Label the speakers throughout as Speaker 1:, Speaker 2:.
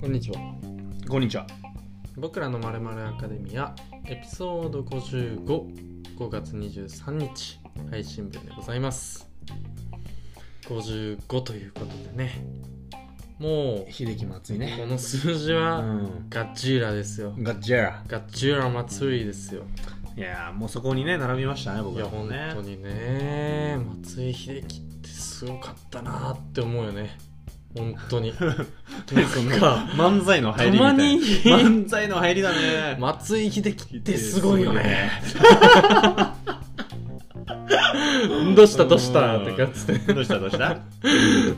Speaker 1: こんにちは
Speaker 2: こんにちは。
Speaker 1: 僕らのまるまるアカデミアエピソード555月23日配信分でございます55ということでねも
Speaker 2: 秀樹も熱いうね。
Speaker 1: この数字
Speaker 2: う
Speaker 1: は
Speaker 2: ん。
Speaker 1: ガッジューラですよ
Speaker 2: ガッジェラ。
Speaker 1: ガッジューラ祭りですよ
Speaker 2: いやー、もうそこにね、並びましたね、
Speaker 1: い
Speaker 2: 僕
Speaker 1: や
Speaker 2: らも
Speaker 1: 本
Speaker 2: ね。
Speaker 1: 当にね松井秀喜ってすごかったなって思うよね本当 になんか
Speaker 2: 漫才の入りみたいな。
Speaker 1: たまに
Speaker 2: 漫才の入りだ ね。
Speaker 1: 松井秀喜ってすごいよね。どうしたどうしたってかつって
Speaker 2: どうしたどう した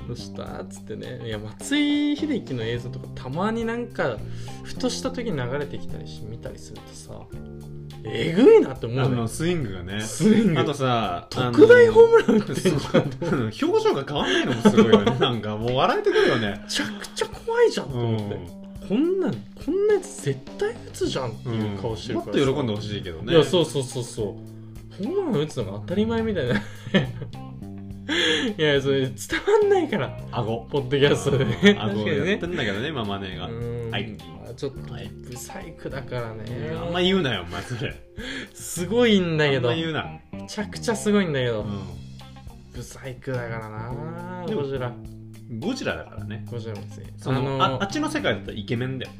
Speaker 1: どうしたっつってねいや松井秀喜の映像とかたまになんかふとした時に流れてきたりし見たりするとさえぐいなって思
Speaker 2: あ
Speaker 1: う
Speaker 2: の、
Speaker 1: ね
Speaker 2: スイングがね。
Speaker 1: スイング
Speaker 2: あとさ、
Speaker 1: 特大ホームラン打
Speaker 2: あの
Speaker 1: ってんじ
Speaker 2: そううん 表情が変わんないのもすごいよ ね。なんかもう笑えてくるよね。
Speaker 1: めちゃくちゃ怖いじゃんと
Speaker 2: う
Speaker 1: 思
Speaker 2: ん
Speaker 1: って、。こんなんこんなやつ絶対打つじゃんっていう顔してる
Speaker 2: も
Speaker 1: か
Speaker 2: っ
Speaker 1: らさ、
Speaker 2: と喜んでほしいけどね。
Speaker 1: いやそうそうそうそうホームラン打つのが当たり前みたいな いやそれ伝わんないから
Speaker 2: 顎。
Speaker 1: ポッドキャストでね確
Speaker 2: 顎
Speaker 1: かに
Speaker 2: や
Speaker 1: ね
Speaker 2: ってんだけどね、今マネーが。
Speaker 1: うん
Speaker 2: はい
Speaker 1: まあちょっと
Speaker 2: はい
Speaker 1: 不細工だからね
Speaker 2: あんま言うなよ、お前それ。
Speaker 1: すごいんだけど
Speaker 2: あんま言うな。
Speaker 1: めちゃくちゃすごいんだけど
Speaker 2: う
Speaker 1: 不細工だからな
Speaker 2: でも
Speaker 1: ゴジラ
Speaker 2: ん、ゴジラだからね
Speaker 1: ゴジラもつい
Speaker 2: そ
Speaker 1: あ
Speaker 2: のあ
Speaker 1: の
Speaker 2: あっちの世界だったらイケメンだよ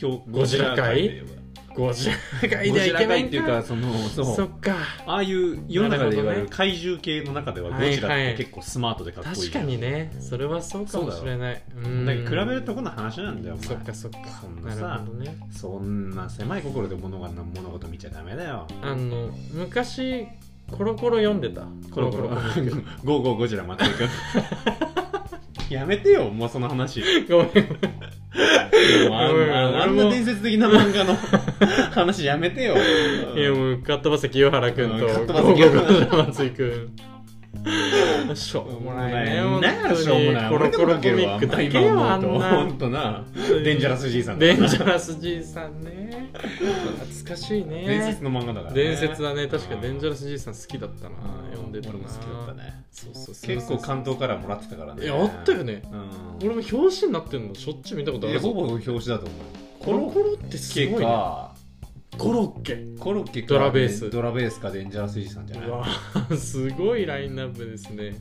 Speaker 2: 今日
Speaker 1: ゴジラ界
Speaker 2: で言えば
Speaker 1: ゴジラ界
Speaker 2: ゴ
Speaker 1: では
Speaker 2: ジ
Speaker 1: イ
Speaker 2: ラ
Speaker 1: ケメ
Speaker 2: 界
Speaker 1: ン
Speaker 2: っていうかそのそう
Speaker 1: そっか
Speaker 2: ああいう世の中で
Speaker 1: なるほ
Speaker 2: 言われ
Speaker 1: ど
Speaker 2: る
Speaker 1: ね
Speaker 2: 怪獣系の中ではゴジラ
Speaker 1: はいは
Speaker 2: っ
Speaker 1: い
Speaker 2: て結構スマートでかっこいい、
Speaker 1: 確かにねそれはそうかもしれないうん
Speaker 2: だから比べるとこの話なんだよお
Speaker 1: そ
Speaker 2: 前
Speaker 1: っかそっか
Speaker 2: そん
Speaker 1: な
Speaker 2: なさ
Speaker 1: るほどね
Speaker 2: そんな狭い心で物が物事見ちゃダメだよ
Speaker 1: あの昔コロコロ読んでた
Speaker 2: コロコロ
Speaker 1: コロコロ
Speaker 2: ゴーゴーゴジラまた行く やめてよもうその話
Speaker 1: ごめん
Speaker 2: もうあんなあんな伝説的な漫画の話やめてよ。
Speaker 1: いやもうかっ飛ばせ清原くんと
Speaker 2: うんかっ飛ば
Speaker 1: ゴ
Speaker 2: せ
Speaker 1: ーゴー
Speaker 2: 清
Speaker 1: ゴ
Speaker 2: 原
Speaker 1: ーゴー松井くんしょうもないね
Speaker 2: もうなんやしょうもない。
Speaker 1: コロコロコミ
Speaker 2: 俺で
Speaker 1: ッ
Speaker 2: も
Speaker 1: ク
Speaker 2: 書け
Speaker 1: だ
Speaker 2: る
Speaker 1: けは
Speaker 2: わ
Speaker 1: あ
Speaker 2: 今
Speaker 1: ん
Speaker 2: 思うと
Speaker 1: な
Speaker 2: ほんとな。 デンジャラス爺さんだ
Speaker 1: デンジャラス爺さんね懐かしいね
Speaker 2: 伝説の漫画だからね。
Speaker 1: 伝説だね確かデンジ
Speaker 2: ャ
Speaker 1: ャラス爺さん好きだったな読んでたな
Speaker 2: 俺も好きだったね。
Speaker 1: そうそうそう
Speaker 2: 結構関東からもらってたからね。
Speaker 1: いやあったよね
Speaker 2: うん。
Speaker 1: 俺も表紙になってんのしょっちゅう見たことあ
Speaker 2: い
Speaker 1: る
Speaker 2: やほ
Speaker 1: ぞ
Speaker 2: ぼ表紙だと思う。
Speaker 1: コロコロってす
Speaker 2: 結
Speaker 1: ごいね
Speaker 2: 果
Speaker 1: コロッケ
Speaker 2: コロッケか
Speaker 1: ドラベース
Speaker 2: ドラベースかデンジャラス爺さんじゃないう
Speaker 1: わあすごいラインナップですね、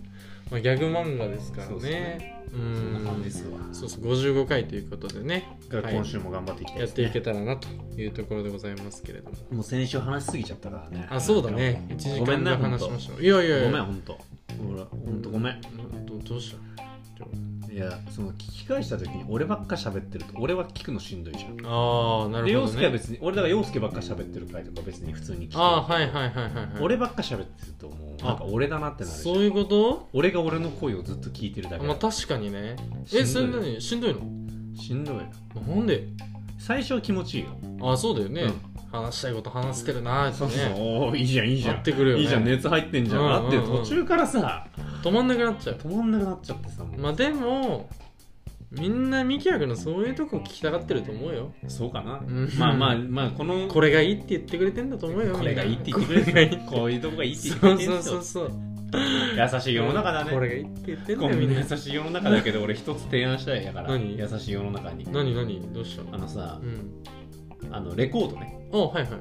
Speaker 1: まあ、ギャグ漫画ですから
Speaker 2: そうです
Speaker 1: ね
Speaker 2: ね
Speaker 1: う
Speaker 2: そんな感
Speaker 1: ん
Speaker 2: じですわ。
Speaker 1: そうそう55回ということでね
Speaker 2: だから今週も頑張っていきた
Speaker 1: や
Speaker 2: いで
Speaker 1: っ
Speaker 2: す
Speaker 1: て
Speaker 2: ね
Speaker 1: いけたらなというところでございますけれども
Speaker 2: もう先週話しすぎちゃったからね。
Speaker 1: あそうだね1時
Speaker 2: ごめ
Speaker 1: 間
Speaker 2: ん
Speaker 1: で
Speaker 2: な、
Speaker 1: 話し
Speaker 2: ほん
Speaker 1: ま
Speaker 2: と
Speaker 1: したいやいやいや
Speaker 2: ごめん、ほんと。ほら、ほんとごめん。
Speaker 1: どどうした
Speaker 2: いや、その聞き返した時に俺ばっか喋ってると、俺は聞くのしんどいじゃん。
Speaker 1: ああな
Speaker 2: で、
Speaker 1: るほ
Speaker 2: 洋
Speaker 1: ど、
Speaker 2: 介は
Speaker 1: ね、
Speaker 2: 別に、俺だから洋介ばっか喋ってる回とか別に普通に聞く。
Speaker 1: ああーはいはいはいはい、はい、
Speaker 2: 俺ばっか喋ってると、もう、
Speaker 1: あ
Speaker 2: なんか俺だなってなるじゃ
Speaker 1: そ
Speaker 2: ん
Speaker 1: ういうこと
Speaker 2: 俺が俺の声をずっと聞いてるだ
Speaker 1: あ
Speaker 2: け
Speaker 1: まあ
Speaker 2: だ。
Speaker 1: 確かにね
Speaker 2: しんどい
Speaker 1: えそれ何しんどいの
Speaker 2: しんどいよ。
Speaker 1: なんで
Speaker 2: 最初は気持ちいいよ。
Speaker 1: あそうだよね、
Speaker 2: うん
Speaker 1: 話したいこと話してるなーって
Speaker 2: そう
Speaker 1: ね
Speaker 2: そう、おーいいじゃん、いいじゃ
Speaker 1: 合っ
Speaker 2: ん。
Speaker 1: てくるよね
Speaker 2: いいじゃん、熱入ってんじゃん。
Speaker 1: うんうんうん
Speaker 2: だって途中からさ、
Speaker 1: 止まんなくなっちゃう
Speaker 2: 止まんなくなっちゃってさ、もう
Speaker 1: まあでもみんなミキヤ君のそういうとこ聞きたがってると思うよ
Speaker 2: そうかな
Speaker 1: うん。
Speaker 2: まあまあ、まあ、この、
Speaker 1: これがいいって言ってくれてんだと思うよ
Speaker 2: これがいいって言ってく
Speaker 1: みん
Speaker 2: れ
Speaker 1: な
Speaker 2: るんですよこういうとこがいいって言っ
Speaker 1: そ
Speaker 2: てくれ
Speaker 1: う
Speaker 2: てるん
Speaker 1: そう
Speaker 2: です
Speaker 1: そ
Speaker 2: よ
Speaker 1: うそう
Speaker 2: 優しい世の中だね
Speaker 1: これがいいって言ってんだ
Speaker 2: こ
Speaker 1: よみ
Speaker 2: ん
Speaker 1: ん
Speaker 2: な
Speaker 1: な
Speaker 2: 優しい世の中だけど俺一つ提案したいやから
Speaker 1: 何
Speaker 2: 優しい世の中に
Speaker 1: 何何どうした
Speaker 2: あのさ
Speaker 1: うん
Speaker 2: あのレコードね
Speaker 1: あはいはい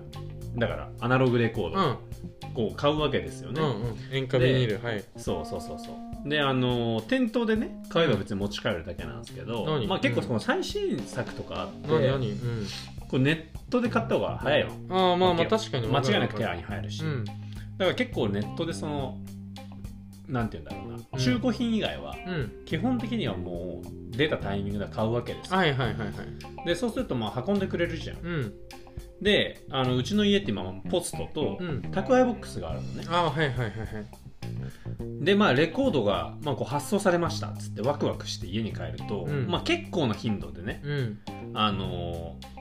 Speaker 2: だからアナログレコ
Speaker 1: う
Speaker 2: ー
Speaker 1: ん
Speaker 2: ドこう買うわけですよ
Speaker 1: う
Speaker 2: ね、
Speaker 1: んうん塩化ビニールはい
Speaker 2: そうそうそうそうであの店頭でね買えば別に持ち帰るだけなんですけど
Speaker 1: 何、
Speaker 2: まあ、結構その最新作とかあって
Speaker 1: 何何うん
Speaker 2: こうネットで買った方が早いの
Speaker 1: ああまあまあ
Speaker 2: わけ
Speaker 1: 確かに
Speaker 2: 間違いなく手
Speaker 1: わ
Speaker 2: に入るし、
Speaker 1: かるうん
Speaker 2: だから結構ネットでそのなんて言うんだ
Speaker 1: う
Speaker 2: ろう
Speaker 1: ん
Speaker 2: な中古品以外は
Speaker 1: うん
Speaker 2: 基本的にはもう出たタイミングで買うわけですよ
Speaker 1: はいはいはいはい
Speaker 2: でそうするとまあ運んでくれるじゃん
Speaker 1: うん
Speaker 2: であのうちの家って今ポストと
Speaker 1: うん
Speaker 2: 宅配ボックスがあるのね
Speaker 1: ああはいはいはいはい
Speaker 2: でまあレコードが、まあ、こう発送されましたっつってワクワクして家に帰ると、
Speaker 1: うん
Speaker 2: まあ、結構な頻度でね、
Speaker 1: うん
Speaker 2: あのー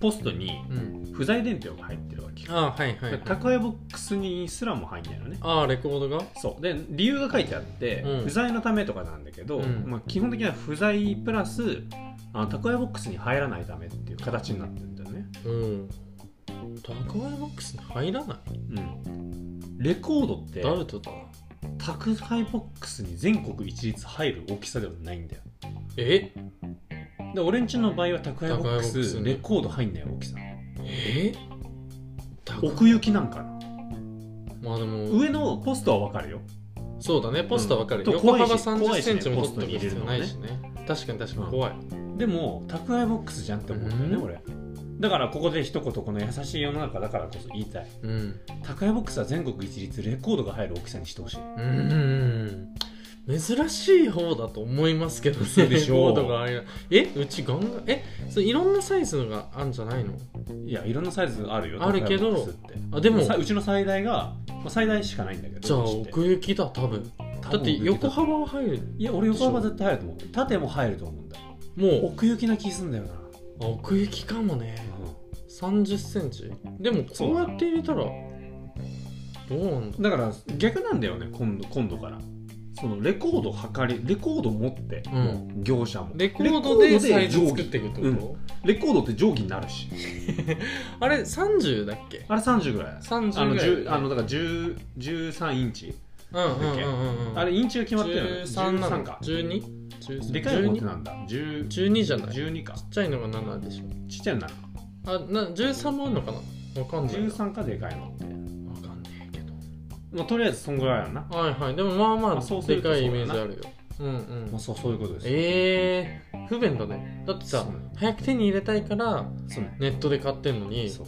Speaker 2: ポストに
Speaker 1: うん
Speaker 2: 不在伝票が入ってるわけ、
Speaker 1: ああはいはいはい
Speaker 2: 宅配ボックスにすらも入んないのね
Speaker 1: ああレコードが
Speaker 2: そうで理由が書いてあって、
Speaker 1: うん
Speaker 2: 不在のためとかなんだけど、
Speaker 1: うん
Speaker 2: まあ、基本的には不在プラスあの宅配ボックスに入らないためっていう形になってるんだよね
Speaker 1: うんダグワイボックスに入らない
Speaker 2: うんレコードって
Speaker 1: ダルトだな
Speaker 2: 宅配ボックスに全国一律入る大きさではないんだよ
Speaker 1: え
Speaker 2: で俺んちの場合は宅配ボック
Speaker 1: 宅配ボックス
Speaker 2: ス
Speaker 1: に
Speaker 2: レコード入んない大きさ
Speaker 1: えダグ
Speaker 2: 奥行きなんかな
Speaker 1: まあでも
Speaker 2: 上のポストはわかるよ
Speaker 1: そうだねポストは分かる、
Speaker 2: うんと
Speaker 1: 横
Speaker 2: 怖いし
Speaker 1: 幅3
Speaker 2: 怖
Speaker 1: 0
Speaker 2: いし
Speaker 1: セ
Speaker 2: ね
Speaker 1: ンチも取っとく
Speaker 2: ポストに入れ
Speaker 1: 必
Speaker 2: る
Speaker 1: 要
Speaker 2: の
Speaker 1: な
Speaker 2: はいね
Speaker 1: しね確かに確か
Speaker 2: う
Speaker 1: に
Speaker 2: ん
Speaker 1: 怖い、
Speaker 2: でも宅配ボックスじゃんって思うんだよね、
Speaker 1: うん
Speaker 2: 俺だからここで一言この優しい世の中だからこそ言いたい
Speaker 1: うん
Speaker 2: 宅配ボックスは全国一律レコードが入る大きさにしてほしい
Speaker 1: うん珍しい方だと思いますけど
Speaker 2: 嘘でしょ
Speaker 1: レコードがあれえうちガンガンえそれいろんなサイズのがあるんじゃないの
Speaker 2: いやいろんなサイズあるよ
Speaker 1: あるけど
Speaker 2: 宅配ボックスって
Speaker 1: あでも
Speaker 2: さうちの最大が、まあ、最大しかないんだけど
Speaker 1: じゃあ
Speaker 2: うちって
Speaker 1: 奥行きだ多分だ
Speaker 2: 多分
Speaker 1: って横幅は入る
Speaker 2: いや俺横幅絶対入ると思う縦も入ると思うんだよ
Speaker 1: もう
Speaker 2: 奥行きな気すんだよな、
Speaker 1: あ奥行きかもね3 0ンチでもこうやって入れたらどうなんだ
Speaker 2: だから逆なんだよね今度今度からそのレコード測りレコード持って、
Speaker 1: うん
Speaker 2: もう業者も
Speaker 1: レコードで
Speaker 2: レコード
Speaker 1: サイズ
Speaker 2: 定
Speaker 1: 作
Speaker 2: 規
Speaker 1: っていくってこと、
Speaker 2: うんレコードって定規になるし
Speaker 1: あれ30だっけ
Speaker 2: あれ30ぐらいあ
Speaker 1: 30
Speaker 2: の
Speaker 1: ぐらい
Speaker 2: 10あのだから10 13インチ、
Speaker 1: うんうんうんうんうん
Speaker 2: あれインチが決まってるのよ
Speaker 1: 13なの
Speaker 2: か
Speaker 1: 12?
Speaker 2: でかいのって
Speaker 1: 12
Speaker 2: なんだ10
Speaker 1: 12じゃないちっ
Speaker 2: 12か
Speaker 1: ちゃいのが7でしょ
Speaker 2: ちっちゃいのな
Speaker 1: あな13もあるのかなわかんないなわ
Speaker 2: 13かでかいのって、
Speaker 1: かんねえけど
Speaker 2: まあ、とりあえずそんぐらいやんな、
Speaker 1: はいはいでもまあま
Speaker 2: あそう
Speaker 1: あ
Speaker 2: す
Speaker 1: で
Speaker 2: ると
Speaker 1: かいイ
Speaker 2: そうだ
Speaker 1: メ
Speaker 2: な
Speaker 1: ージあるようんうん
Speaker 2: まあ、そうそういうことです
Speaker 1: えー、不便だねだってさ
Speaker 2: そうね
Speaker 1: 早く手に入れたいから
Speaker 2: そうね
Speaker 1: ネットで買ってんのに
Speaker 2: そう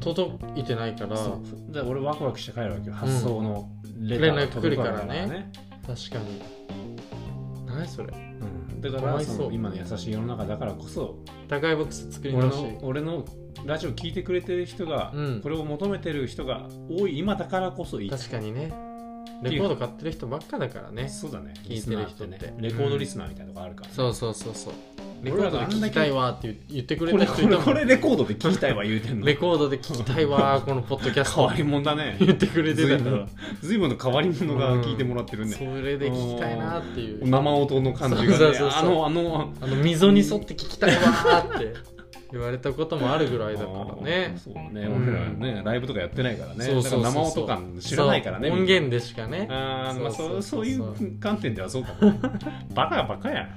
Speaker 1: 届いてないから
Speaker 2: そうで俺ワクワクして帰るわけよ発送のレ
Speaker 1: 連絡来るからね
Speaker 2: 届
Speaker 1: 確かに何それ
Speaker 2: うん、だか
Speaker 1: かわ
Speaker 2: ら
Speaker 1: いそう
Speaker 2: その今の優しい世の中だからこそ
Speaker 1: 高いボックス作り
Speaker 2: 俺
Speaker 1: 直し
Speaker 2: の俺のラジオ聞いてくれてる人が、
Speaker 1: うん
Speaker 2: これを求めてる人が多い今だからこそいい
Speaker 1: 確かにねレコード買ってる人ばっかだからね
Speaker 2: そうだね
Speaker 1: 聞いてる人って
Speaker 2: リスナーねレコードリスナーみたいなとこあるから、
Speaker 1: そうそうそうそうレ
Speaker 2: レ
Speaker 1: コ
Speaker 2: コ
Speaker 1: ー
Speaker 2: ー
Speaker 1: ド
Speaker 2: ド
Speaker 1: で聞き
Speaker 2: で聞き
Speaker 1: た
Speaker 2: た
Speaker 1: い
Speaker 2: い
Speaker 1: わって言ってく
Speaker 2: こ
Speaker 1: れた
Speaker 2: れ
Speaker 1: 人
Speaker 2: こ
Speaker 1: い
Speaker 2: れ
Speaker 1: たも
Speaker 2: こ
Speaker 1: ん
Speaker 2: れレコードで聞きたいわ言 うてんの
Speaker 1: レコードで聞きたいわこのポッドキャス
Speaker 2: 変
Speaker 1: ト
Speaker 2: わり者だね
Speaker 1: 言ってくれて
Speaker 2: 随
Speaker 1: たから
Speaker 2: 分随分の変わり者が聞いてもらってるね、
Speaker 1: それで聞きたいなっていう
Speaker 2: 生音の感じが、ね、
Speaker 1: そうそうそうそう
Speaker 2: あのあの
Speaker 1: あの溝に沿って聞きたいわーって言われたこともあるぐらいだからね
Speaker 2: あーそうね、
Speaker 1: うん
Speaker 2: 俺らねライブとかやってないからね
Speaker 1: そうそうそうそう
Speaker 2: だから生音感知らないからね
Speaker 1: そう
Speaker 2: み
Speaker 1: 音
Speaker 2: んな
Speaker 1: 源でしかね
Speaker 2: あーまあ
Speaker 1: そ
Speaker 2: そうう
Speaker 1: そ
Speaker 2: そう
Speaker 1: そう
Speaker 2: ういう観点ではそうかも ねバカがバカやん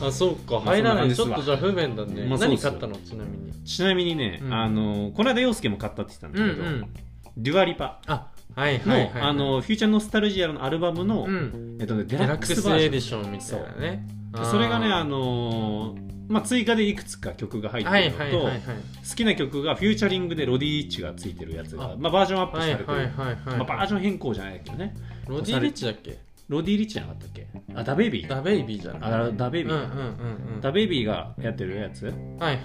Speaker 1: あそうか
Speaker 2: まあ
Speaker 1: 入らないち
Speaker 2: そ
Speaker 1: ょ
Speaker 2: ん
Speaker 1: っ
Speaker 2: な感
Speaker 1: と
Speaker 2: じ
Speaker 1: じゃあ不便だね
Speaker 2: まあそう
Speaker 1: 何
Speaker 2: ですよ
Speaker 1: 買ったのちなみに
Speaker 2: ちなみにね、
Speaker 1: うん
Speaker 2: あのこの間陽介も買ったって言って
Speaker 1: う
Speaker 2: た
Speaker 1: ん
Speaker 2: ん
Speaker 1: う
Speaker 2: だけど、
Speaker 1: ん
Speaker 2: デュアリパ
Speaker 1: あはい
Speaker 2: の,、
Speaker 1: はいはい
Speaker 2: あのフューチャーノスタルジアのアルバムの、
Speaker 1: うん
Speaker 2: えっとね、デ
Speaker 1: デ
Speaker 2: ラ
Speaker 1: ラ
Speaker 2: ッ
Speaker 1: ック
Speaker 2: クス
Speaker 1: ス
Speaker 2: バージョ
Speaker 1: エ
Speaker 2: ン
Speaker 1: ディションみたいなねあー
Speaker 2: それがねあのーまあ、追加でいくつか曲が入って
Speaker 1: はい
Speaker 2: るのと、
Speaker 1: はいはいはい
Speaker 2: 好きな曲がフューチャリングでロディーチがついてるやつが
Speaker 1: あ
Speaker 2: まあ、バージョンアップ
Speaker 1: は
Speaker 2: さ
Speaker 1: い
Speaker 2: れてる、
Speaker 1: はいはいはい
Speaker 2: まあ、バージョン変更じゃないけどね
Speaker 1: ロディ・リッチだっけ
Speaker 2: ロディー・リッチじゃなかったっけあダベイビー
Speaker 1: ダベイビーじゃない
Speaker 2: あダベイビー、
Speaker 1: うんうんうんうん
Speaker 2: ダベイビーがやってるやつ
Speaker 1: はいはいはい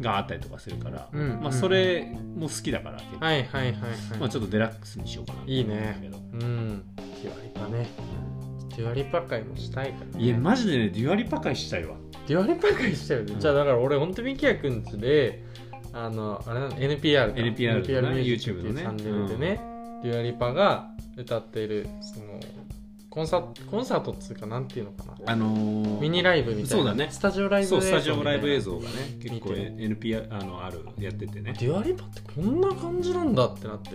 Speaker 2: があったりとかするから、
Speaker 1: うん
Speaker 2: まあ、それも好きだから、
Speaker 1: はいはいはいはいはい
Speaker 2: まあ、ちょっとデラックスにしようかないい
Speaker 1: いね
Speaker 2: けど
Speaker 1: うんデュアリパねデュアリパ会もしたいからね
Speaker 2: いやマジでねデュアリパ会したいわ
Speaker 1: デュアリパ会したよね
Speaker 2: うん
Speaker 1: じゃあだから俺ほんとミキヤくんちであのあれなの NPR か
Speaker 2: NPR だ
Speaker 1: NPR
Speaker 2: な
Speaker 1: ミュージックっていうチャ
Speaker 2: YouTube の
Speaker 1: ン
Speaker 2: ね
Speaker 1: ネルでねデュアリパが歌っているそのコンサコンサートっつうかなんていうのかな
Speaker 2: あのー
Speaker 1: ミニライブみたいな
Speaker 2: そうだね
Speaker 1: スタジオライブ
Speaker 2: そうスタジ
Speaker 1: み
Speaker 2: オ
Speaker 1: た
Speaker 2: ラ
Speaker 1: い
Speaker 2: イ
Speaker 1: な
Speaker 2: ブ映像がね結構
Speaker 1: 見て
Speaker 2: NPR あのあるやっててね
Speaker 1: デュアリパってこんな感じなんだってなって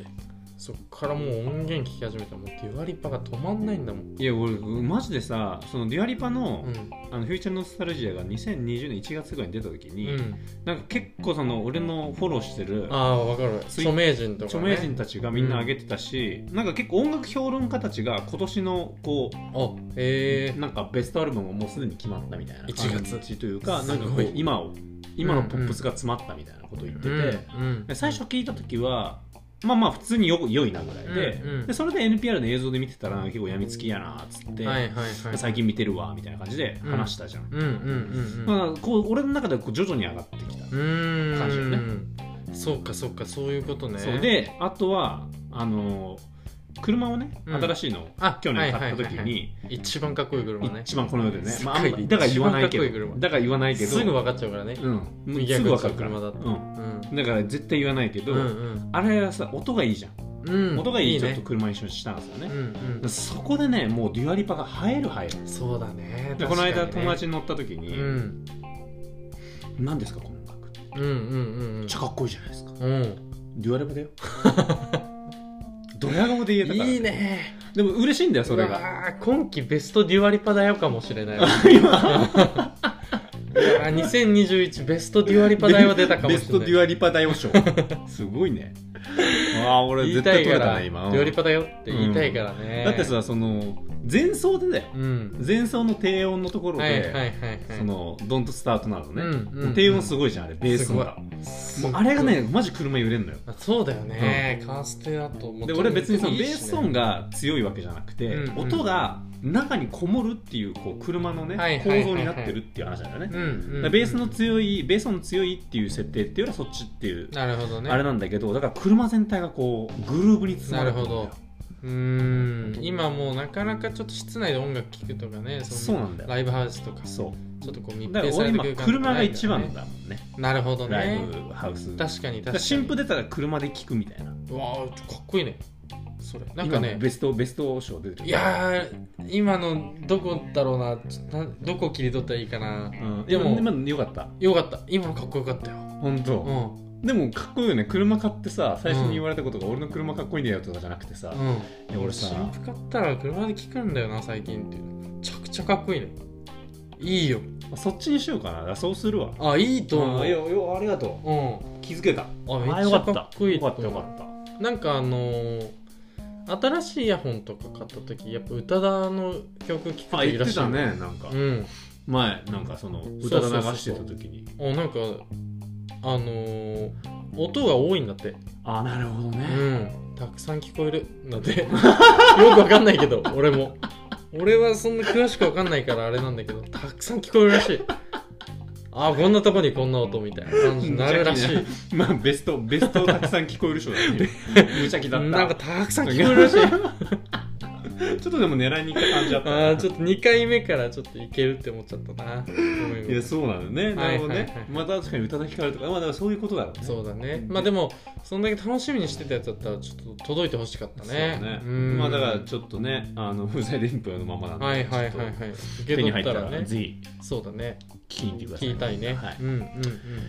Speaker 1: そっからもう音源聞き始めたらもうデュアリパが止まんないんだもん
Speaker 2: いや俺マジでさそのデュアリパの,、
Speaker 1: うん
Speaker 2: あのフューチャーノスタルジアが2020年1月ぐらいに出た時
Speaker 1: う
Speaker 2: に、
Speaker 1: ん
Speaker 2: なんか結構その俺のフォローしてる
Speaker 1: ああわかる
Speaker 2: ツイ
Speaker 1: 著名人とか
Speaker 2: 著
Speaker 1: ね
Speaker 2: 名人たちがみんな上げてたし、なんか結構音楽評論家たちが今年のこ
Speaker 1: あえ
Speaker 2: うなんかベストアルバムがもうすでに決まったみたいな
Speaker 1: 1月
Speaker 2: 感じというか
Speaker 1: す
Speaker 2: な
Speaker 1: ごい
Speaker 2: んかこう今を今のポップスが詰まったみたいなことを言って
Speaker 1: ー
Speaker 2: て、
Speaker 1: うんうん
Speaker 2: で最初聞いた時はまあまあ普通によ良いなぐらいで,、
Speaker 1: うんうん
Speaker 2: でそれで NPR の映像で見てたら結構やみつきやなっつって、
Speaker 1: はいはいはい
Speaker 2: 最近見てるわみたいな感じで話したじゃん、
Speaker 1: うんうんうんうん
Speaker 2: まあ、こう俺の中ではこう徐々に上がってきた、
Speaker 1: うーん
Speaker 2: 感じよね
Speaker 1: そうかそうかそういうことね
Speaker 2: そうであとはあの車をね、
Speaker 1: うん
Speaker 2: 新しいのを
Speaker 1: あ
Speaker 2: 去年買
Speaker 1: は
Speaker 2: った時
Speaker 1: いはいはい
Speaker 2: に
Speaker 1: 一番かっこいい車ね
Speaker 2: 一番この世でね、まあ、あ
Speaker 1: 世界
Speaker 2: んま
Speaker 1: で
Speaker 2: だから言わない
Speaker 1: 一番かっこ
Speaker 2: け
Speaker 1: いい
Speaker 2: ど
Speaker 1: 車
Speaker 2: だから言わないけど
Speaker 1: すぐ分かっちゃうからね
Speaker 2: うん、
Speaker 1: 右
Speaker 2: すぐ分かるから
Speaker 1: 車だと
Speaker 2: う
Speaker 1: う
Speaker 2: ん、
Speaker 1: ん
Speaker 2: だから絶対言わないけど、
Speaker 1: うん
Speaker 2: あれはさ音がいいじゃん、
Speaker 1: うんうん
Speaker 2: 音がいいちょっと
Speaker 1: ね
Speaker 2: 車一緒にしたんですよね、
Speaker 1: うん
Speaker 2: でそこでねもうデュアリパが映える映える
Speaker 1: うんそうだね
Speaker 2: でこの間
Speaker 1: 確かに
Speaker 2: 友
Speaker 1: ね
Speaker 2: 達に乗った時に
Speaker 1: うん
Speaker 2: 「何ですかこの音楽」って
Speaker 1: うんうんうんう
Speaker 2: め
Speaker 1: ん
Speaker 2: っちゃかっこいいじゃないですか
Speaker 1: うん
Speaker 2: デュアルムだよ ドヤ顔で言えたから
Speaker 1: いいね
Speaker 2: でも嬉しいんだよそれ
Speaker 1: う
Speaker 2: が
Speaker 1: わー今季ベストデュアリパだよかもしれないわいやー2021ベストデュアリパ代は出たかもしれない
Speaker 2: ベストデュアリパ大王賞すごいねああ俺
Speaker 1: 言
Speaker 2: 絶
Speaker 1: いた
Speaker 2: 対
Speaker 1: い
Speaker 2: 取
Speaker 1: か
Speaker 2: れた
Speaker 1: ら
Speaker 2: ね
Speaker 1: デ
Speaker 2: 今
Speaker 1: ュアリパだよって言いたいから
Speaker 2: う
Speaker 1: ね
Speaker 2: んだってさその前奏でだよ
Speaker 1: うん
Speaker 2: 前奏の低音のところで、
Speaker 1: はいはいはいはい
Speaker 2: そのドンとスタートなどね、
Speaker 1: うんうん
Speaker 2: 低音すごいじゃんあれベースがもうあれがねマジ車揺れんのよ
Speaker 1: あそうだよね、カーステだと思って
Speaker 2: で俺別にその
Speaker 1: いい
Speaker 2: ベー
Speaker 1: しね
Speaker 2: ス音が強いわけじゃなくて、
Speaker 1: うんうん
Speaker 2: 音が中にこもるっていうこう車のね、
Speaker 1: はいはい
Speaker 2: 構
Speaker 1: はいはい
Speaker 2: 造になってるっていう話なんだよね、
Speaker 1: うんうんうん
Speaker 2: だからベースの強いベース音の強いっていう設定っていうよりはそっちっていう、
Speaker 1: なるほどね
Speaker 2: あれなんだけどだから車全体がこうグルーブに包まれてるんだ
Speaker 1: な
Speaker 2: よ
Speaker 1: るほうーん今もうなかなかちょっと室内で音楽聴くとかね
Speaker 2: そう
Speaker 1: の
Speaker 2: なんだよ
Speaker 1: ライブハウスとかちょ
Speaker 2: そ
Speaker 1: っとこう
Speaker 2: う
Speaker 1: 密
Speaker 2: だか
Speaker 1: 閉
Speaker 2: ら
Speaker 1: さ
Speaker 2: 俺
Speaker 1: れ
Speaker 2: 今
Speaker 1: てる
Speaker 2: 車が一
Speaker 1: だ
Speaker 2: 番だもんね
Speaker 1: なるほど
Speaker 2: ライ
Speaker 1: ね
Speaker 2: ブハウスだか
Speaker 1: 確かに確からに
Speaker 2: 新婦出たら車で聴くみたいな
Speaker 1: うわーかっこいいねそれなんかね
Speaker 2: 今ベストベスト賞出てる
Speaker 1: いやー今のどこだろうなちょなどこ切り取ったらいいかな
Speaker 2: うん、
Speaker 1: で
Speaker 2: で
Speaker 1: も
Speaker 2: も今のよかった
Speaker 1: よかった今のかっこよかったよ
Speaker 2: 本当、
Speaker 1: うん
Speaker 2: でもかっこいいよね車買ってさ最初に言われたことが俺の車かっこいいんだよとかじゃなくてさ、
Speaker 1: うん
Speaker 2: いや俺さ
Speaker 1: 新婦買ったら車で聞くんだよな最近ってめちゃくちゃかっこいいねいいよ
Speaker 2: そっちにしようかなそうするわ
Speaker 1: あいいと思う
Speaker 2: あよよありがと
Speaker 1: うん
Speaker 2: う気づけた
Speaker 1: あめ
Speaker 2: あ
Speaker 1: っ
Speaker 2: よ
Speaker 1: ち
Speaker 2: か
Speaker 1: ゃ
Speaker 2: った
Speaker 1: かっこいい
Speaker 2: よかったよか
Speaker 1: っ
Speaker 2: った
Speaker 1: なんかあのー新しいイヤホンとか買った時やっぱ宇多田の曲聴く
Speaker 2: た
Speaker 1: と
Speaker 2: あ
Speaker 1: いい
Speaker 2: 言
Speaker 1: ら
Speaker 2: って
Speaker 1: しい
Speaker 2: たねなんか、
Speaker 1: うん
Speaker 2: 前なんかその歌が流してた時に
Speaker 1: あなんかあのー音が多いんだって
Speaker 2: あなるほど
Speaker 1: う
Speaker 2: ね、
Speaker 1: んたくさん聞こえるんだって よくわかんないけど俺も俺はそんな詳しくわかんないからあれなんだけどたくさん聞こえるらしいあこんなとこにこんな音みたいな感じになるらしい
Speaker 2: まあベストベストたくさん聞こえる賞だね 無茶気だった
Speaker 1: なんかたくさん聞こえるらしい
Speaker 2: ちょっとでも狙い に行った感じだっ
Speaker 1: あ
Speaker 2: たな
Speaker 1: ーちょっと2回目からちょっといけるって思っちゃったなごめんご
Speaker 2: い
Speaker 1: めん
Speaker 2: やそうなのねなる
Speaker 1: はいは
Speaker 2: ほどね、
Speaker 1: いはい
Speaker 2: また確かに歌だけ変わるとかまあだからそういうことだろうね
Speaker 1: そうだねまあでもそんだけ楽しみにしてたやつだったらちょっと届いてほしかった
Speaker 2: そう
Speaker 1: ね
Speaker 2: ね
Speaker 1: うん
Speaker 2: まあだからちょっとねあの不在伝票のままなんで、
Speaker 1: はいはいはい
Speaker 2: ち
Speaker 1: は
Speaker 2: ょ
Speaker 1: い
Speaker 2: っと
Speaker 1: 受
Speaker 2: 手
Speaker 1: け取
Speaker 2: に入
Speaker 1: っ
Speaker 2: った
Speaker 1: た
Speaker 2: ら
Speaker 1: らね
Speaker 2: ぜひ
Speaker 1: そうだね
Speaker 2: 聞いてください
Speaker 1: 聞いたいね、
Speaker 2: はい
Speaker 1: うんうんうん、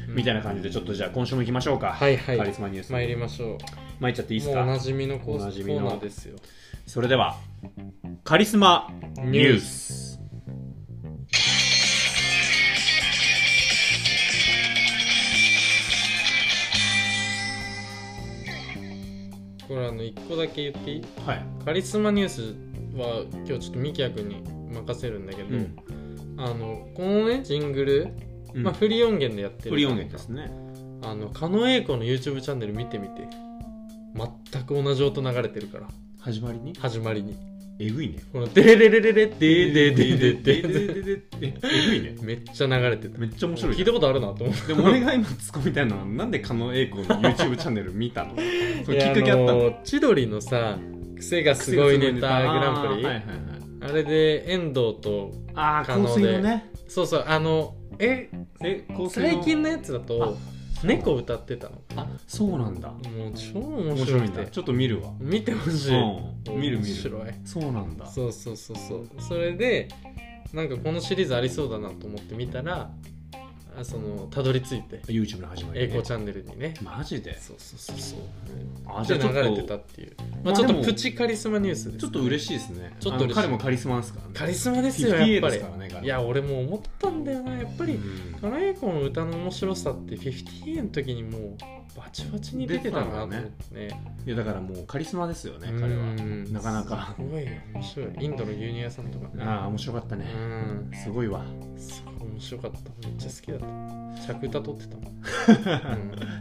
Speaker 1: うん、
Speaker 2: みたいな感じでちょっとじゃあ今週も行きましょうか
Speaker 1: はいはい
Speaker 2: カリスマニュース
Speaker 1: 参りましょう
Speaker 2: 参っちゃっていいで
Speaker 1: も
Speaker 2: す
Speaker 1: うお
Speaker 2: か
Speaker 1: なじみのコー
Speaker 2: お
Speaker 1: ス
Speaker 2: なじ
Speaker 1: コ
Speaker 2: み
Speaker 1: ー
Speaker 2: の
Speaker 1: ナーですよ
Speaker 2: それではカリスマニュース
Speaker 1: これあの1個だけ言っていい
Speaker 2: はい、
Speaker 1: カリスマニュースは今日ちょっとミキヤ君に任せるんだけど、
Speaker 2: うん
Speaker 1: あのこのねジングル、まあ、フリー音源でやってる
Speaker 2: フリー音源ですね
Speaker 1: あの狩野英孝の YouTube チャンネル見てみて全く同じ音流れてるから
Speaker 2: 始まりに
Speaker 1: 始まりに
Speaker 2: えぐいね
Speaker 1: この「デレレレレレデデデデデ
Speaker 2: で
Speaker 1: デ
Speaker 2: でででえぐいね
Speaker 1: めっちゃ流れてた
Speaker 2: めっちゃ面白い
Speaker 1: 聞いたことあるなと思って
Speaker 2: でも俺が今ツッコみたいのはなんで狩野英孝の YouTube チャンネル見たのそれき っ
Speaker 1: いや
Speaker 2: かけあった
Speaker 1: あ
Speaker 2: の
Speaker 1: の千鳥のさ癖がすごいネタグランプリ
Speaker 2: あー
Speaker 1: あ,、
Speaker 2: はいはいはい
Speaker 1: れで遠藤と
Speaker 2: あー
Speaker 1: 可能で
Speaker 2: 香水のね
Speaker 1: そうそうあのえ
Speaker 2: え香水の
Speaker 1: 最近のやつだと猫歌ってたの
Speaker 2: あそうなんだ
Speaker 1: もう超面
Speaker 2: 面白
Speaker 1: 白
Speaker 2: い
Speaker 1: く
Speaker 2: んだ
Speaker 1: て
Speaker 2: ちょっと見るわ
Speaker 1: 見てほしい、
Speaker 2: うん見る
Speaker 1: 面
Speaker 2: 見る
Speaker 1: 白い
Speaker 2: そうなんだ
Speaker 1: そうそうそうそうそれでなんかこのシリーズありそうだなと思って見たらあそのたどり着いて
Speaker 2: YouTube の始まりね
Speaker 1: 栄光チャンネルにね
Speaker 2: マジで
Speaker 1: そうそうそうそう
Speaker 2: あじ
Speaker 1: で
Speaker 2: ゃあちょ
Speaker 1: 流れ
Speaker 2: っ
Speaker 1: た
Speaker 2: てと
Speaker 1: っていうま
Speaker 2: まあ
Speaker 1: あちょっと
Speaker 2: でも
Speaker 1: プチカリスマニュースです
Speaker 2: ちょっと嬉しいですね
Speaker 1: ちょっと嬉しい
Speaker 2: あの彼もカリスマですからね
Speaker 1: カリスマですよやっ
Speaker 2: 58
Speaker 1: ぱ
Speaker 2: で
Speaker 1: り
Speaker 2: すからね彼
Speaker 1: いや俺も思ったんだよなやっぱ
Speaker 2: う
Speaker 1: り
Speaker 2: ん
Speaker 1: カナエコの歌の面白さって58の時にもうバチバチに出てたなと思ってね
Speaker 2: いやだからもうカリスマですよね
Speaker 1: うん
Speaker 2: 彼はなかなか
Speaker 1: すごい面白いインドの牛乳屋さんとかね
Speaker 2: ああ面白かった
Speaker 1: う
Speaker 2: ね
Speaker 1: ん
Speaker 2: すごいわ
Speaker 1: すごい面白かっためっちゃ好きだった着歌撮ってたもん、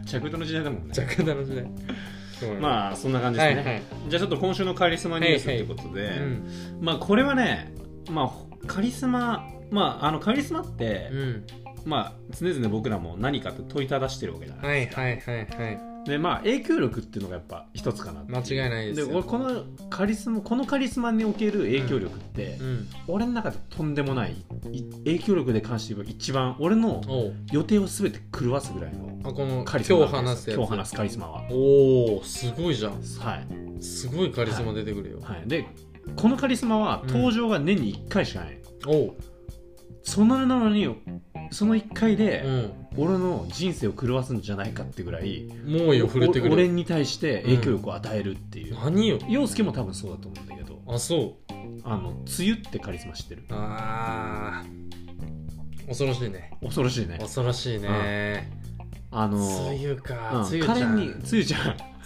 Speaker 1: う ん、
Speaker 2: 着土の時代だもんね
Speaker 1: 着歌の時代あ
Speaker 2: まあそんな感じ
Speaker 1: は
Speaker 2: で
Speaker 1: い
Speaker 2: す
Speaker 1: は
Speaker 2: ね
Speaker 1: い、
Speaker 2: じゃあちょっと今週のカリスマニュースということ
Speaker 1: う
Speaker 2: で
Speaker 1: ん
Speaker 2: まあこれはねまあカリスマまああのカリスマって
Speaker 1: うん、
Speaker 2: まあ常々僕らも何かって問いただしてるわけじゃない
Speaker 1: はいはいはいは
Speaker 2: でまあ影響力っていうのがやっぱ一つかなって
Speaker 1: い間違いないです
Speaker 2: で
Speaker 1: よ
Speaker 2: 俺このカリスマこのカリスマにおける影響力って、
Speaker 1: うん
Speaker 2: 俺の中でとんでもないい影響力で関して言えば一番俺の
Speaker 1: おう
Speaker 2: 予定を全て狂わすぐらいの
Speaker 1: あこの今
Speaker 2: カリ
Speaker 1: 日
Speaker 2: スマ
Speaker 1: 話すやつ
Speaker 2: 今日話すカリスマは
Speaker 1: おおすごいじゃん
Speaker 2: はい、
Speaker 1: すごいカリスマ出てくるよ、
Speaker 2: はい、でこのカリスマは
Speaker 1: うん
Speaker 2: 登場が年に1回しかない、
Speaker 1: おう
Speaker 2: そんななのにその1回
Speaker 1: う
Speaker 2: で
Speaker 1: ん
Speaker 2: 俺の人生を狂わすんじゃないかってぐらい
Speaker 1: 猛威を振るってく
Speaker 2: お俺
Speaker 1: る
Speaker 2: に対して影響力を与えるっていう、
Speaker 1: 何よ
Speaker 2: 陽介も多分そうだと思うんだけど
Speaker 1: あそう
Speaker 2: あの梅雨ってカリスマ知ってる
Speaker 1: あー恐ろしいね
Speaker 2: 恐ろしいね
Speaker 1: 恐ろしいね
Speaker 2: あの
Speaker 1: 梅雨か
Speaker 2: うん
Speaker 1: 梅雨ち
Speaker 2: 彼
Speaker 1: ゃん
Speaker 2: に梅雨ちゃん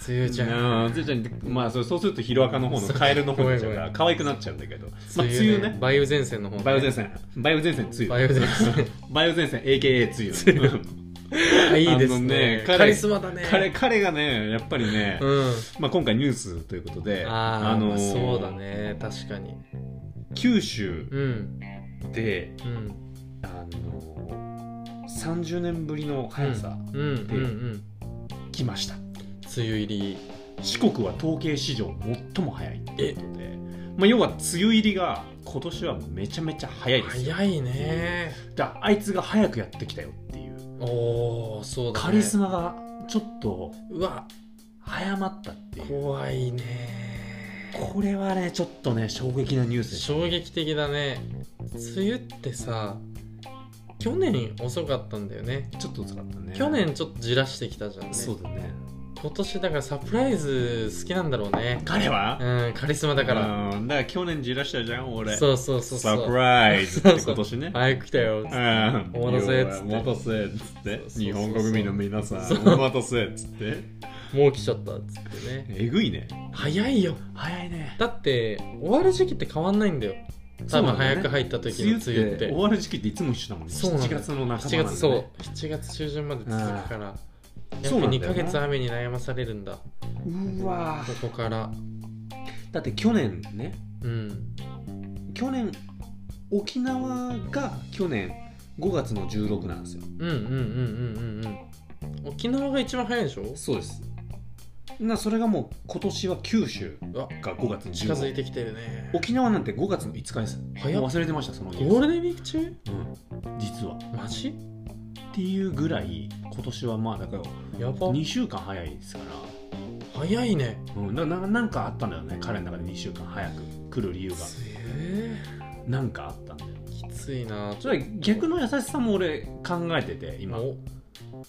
Speaker 1: 梅雨ちゃん
Speaker 2: うん梅雨ちゃんってまあそれそうするとヒロアカの方のカエルの方になっちゃうから可愛くなっちゃうんだけど、まあ、梅雨ね
Speaker 1: 梅雨前線の方ね
Speaker 2: 梅雨前線梅雨前線梅
Speaker 1: 梅
Speaker 2: 雨
Speaker 1: 雨 前線
Speaker 2: 梅雨前線 AKA 梅雨
Speaker 1: あいいです
Speaker 2: あのね
Speaker 1: ね
Speaker 2: 彼
Speaker 1: カリスマだね
Speaker 2: 彼彼がねやっぱりね、
Speaker 1: うん
Speaker 2: まあ、今回ニュースということで
Speaker 1: ああ
Speaker 2: あのー
Speaker 1: そうだね確かに
Speaker 2: 九州
Speaker 1: うん
Speaker 2: で、
Speaker 1: うん
Speaker 2: あのー、30年ぶりの速さ
Speaker 1: うんうん
Speaker 2: で
Speaker 1: うん
Speaker 2: 来ました、
Speaker 1: 梅雨入り
Speaker 2: 四国は統計史上最も早いということで、まあ、要は梅雨入りが今年はめちゃめちゃ早いですよ
Speaker 1: 早いね
Speaker 2: だあいつが早くやってきたよっていう、
Speaker 1: おおそうだね
Speaker 2: カリスマがちょっと
Speaker 1: うわ
Speaker 2: 早まったっていう
Speaker 1: 怖いね
Speaker 2: これはねちょっとね衝撃なニュースでした
Speaker 1: 衝撃的だね梅雨ってさ去年遅かったんだよね
Speaker 2: ちょっと遅かったね
Speaker 1: 去年ちょっとじらしてきたじゃんね
Speaker 2: そうだね
Speaker 1: 今年だからサプライズ好きなんだろうね
Speaker 2: 彼は、
Speaker 1: うんカリスマだから
Speaker 2: うんだから去年じらしたじゃん俺
Speaker 1: そうそうそう
Speaker 2: サプ
Speaker 1: そう
Speaker 2: ライズって今年ね
Speaker 1: 早く来たよ
Speaker 2: うん
Speaker 1: お待たせっつって
Speaker 2: お待たせっ
Speaker 1: そうそう
Speaker 2: つって
Speaker 1: そうそう
Speaker 2: 日本国民の皆さ
Speaker 1: そ
Speaker 2: ん
Speaker 1: う
Speaker 2: お待たせっつって
Speaker 1: もう来ちゃったっつってね
Speaker 2: えぐいね
Speaker 1: 早いよ
Speaker 2: 早いね
Speaker 1: だって終わる時期って変わんないんだよ多分早く入った時
Speaker 2: 梅雨
Speaker 1: の
Speaker 2: っ
Speaker 1: 梅雨ってて
Speaker 2: 終わる時期っていつも一緒だもんね
Speaker 1: そうなんだ
Speaker 2: 7月の半ばなんだね
Speaker 1: 7月そう7月中旬まで続くからや
Speaker 2: そう
Speaker 1: っぱ
Speaker 2: なん
Speaker 1: 2
Speaker 2: だよな
Speaker 1: ヶ月雨に悩まされるんだ
Speaker 2: うわ
Speaker 1: ここから
Speaker 2: だって去年ね
Speaker 1: うん
Speaker 2: 去年沖縄が去年5月の16なんですよ
Speaker 1: うんうんうんうんうんうん沖縄が一番早いでしょ
Speaker 2: そうですなそれがもう今年は九州
Speaker 1: うわ
Speaker 2: が5月の
Speaker 1: 近づい
Speaker 2: 16
Speaker 1: てきてるね
Speaker 2: 沖縄なんて5月の5日です
Speaker 1: 早っ
Speaker 2: もう忘れてましたそのニュース
Speaker 1: ゴールデンウィーク中
Speaker 2: うん実は
Speaker 1: マジ
Speaker 2: っていうぐらい今年はまあだから
Speaker 1: やば
Speaker 2: 2週間早いですから、
Speaker 1: 早いね
Speaker 2: うん、なななんかあったんだよね彼の中で2週間早く来る理由が
Speaker 1: え
Speaker 2: なんかあったんだよ
Speaker 1: きついな
Speaker 2: それは逆の優しさも俺考えてて今
Speaker 1: お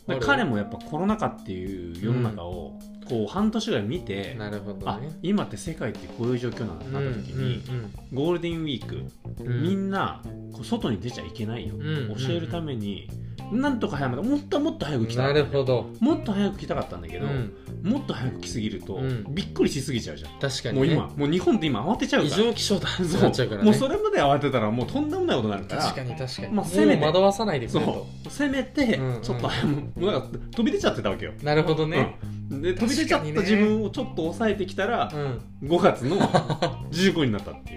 Speaker 2: だから彼もやっぱコロナ禍っていう世の中をこう半年ぐらい見て、
Speaker 1: なるほど
Speaker 2: あ
Speaker 1: ね
Speaker 2: 今って世界ってこういう状況なんだなった時に、ゴールデンウィーク、
Speaker 1: うんうん
Speaker 2: みんなこう外に出ちゃいけないよ、
Speaker 1: ん
Speaker 2: 教えるために、なんとか早めたもっともっと早く来たか
Speaker 1: な
Speaker 2: った
Speaker 1: るほど
Speaker 2: もっと早く来たかったんだけど、
Speaker 1: うん
Speaker 2: もっと早く来すぎると、
Speaker 1: うん
Speaker 2: びっくりしすぎちゃうじゃん、
Speaker 1: 確かに
Speaker 2: もう
Speaker 1: ね
Speaker 2: 今もう日本って今慌てちゃう
Speaker 1: 異
Speaker 2: から
Speaker 1: 常気象だ
Speaker 2: そう
Speaker 1: なっちゃうから
Speaker 2: も
Speaker 1: ね
Speaker 2: うそれまで慌てたらもうとんでもないことになるから
Speaker 1: 確かに確かに
Speaker 2: ま
Speaker 1: も
Speaker 2: あせめ
Speaker 1: う
Speaker 2: て
Speaker 1: 惑わさないでく
Speaker 2: そ
Speaker 1: れと
Speaker 2: うせめて
Speaker 1: うんうん
Speaker 2: ちょっと早め、もうなんか飛び出ちゃってたわけよ、
Speaker 1: なるほどね
Speaker 2: うんで飛び出ちゃっ
Speaker 1: 確か
Speaker 2: た
Speaker 1: にね
Speaker 2: 自分をちょっと抑えてきたら
Speaker 1: う、ん
Speaker 2: 5月の15になったっ てい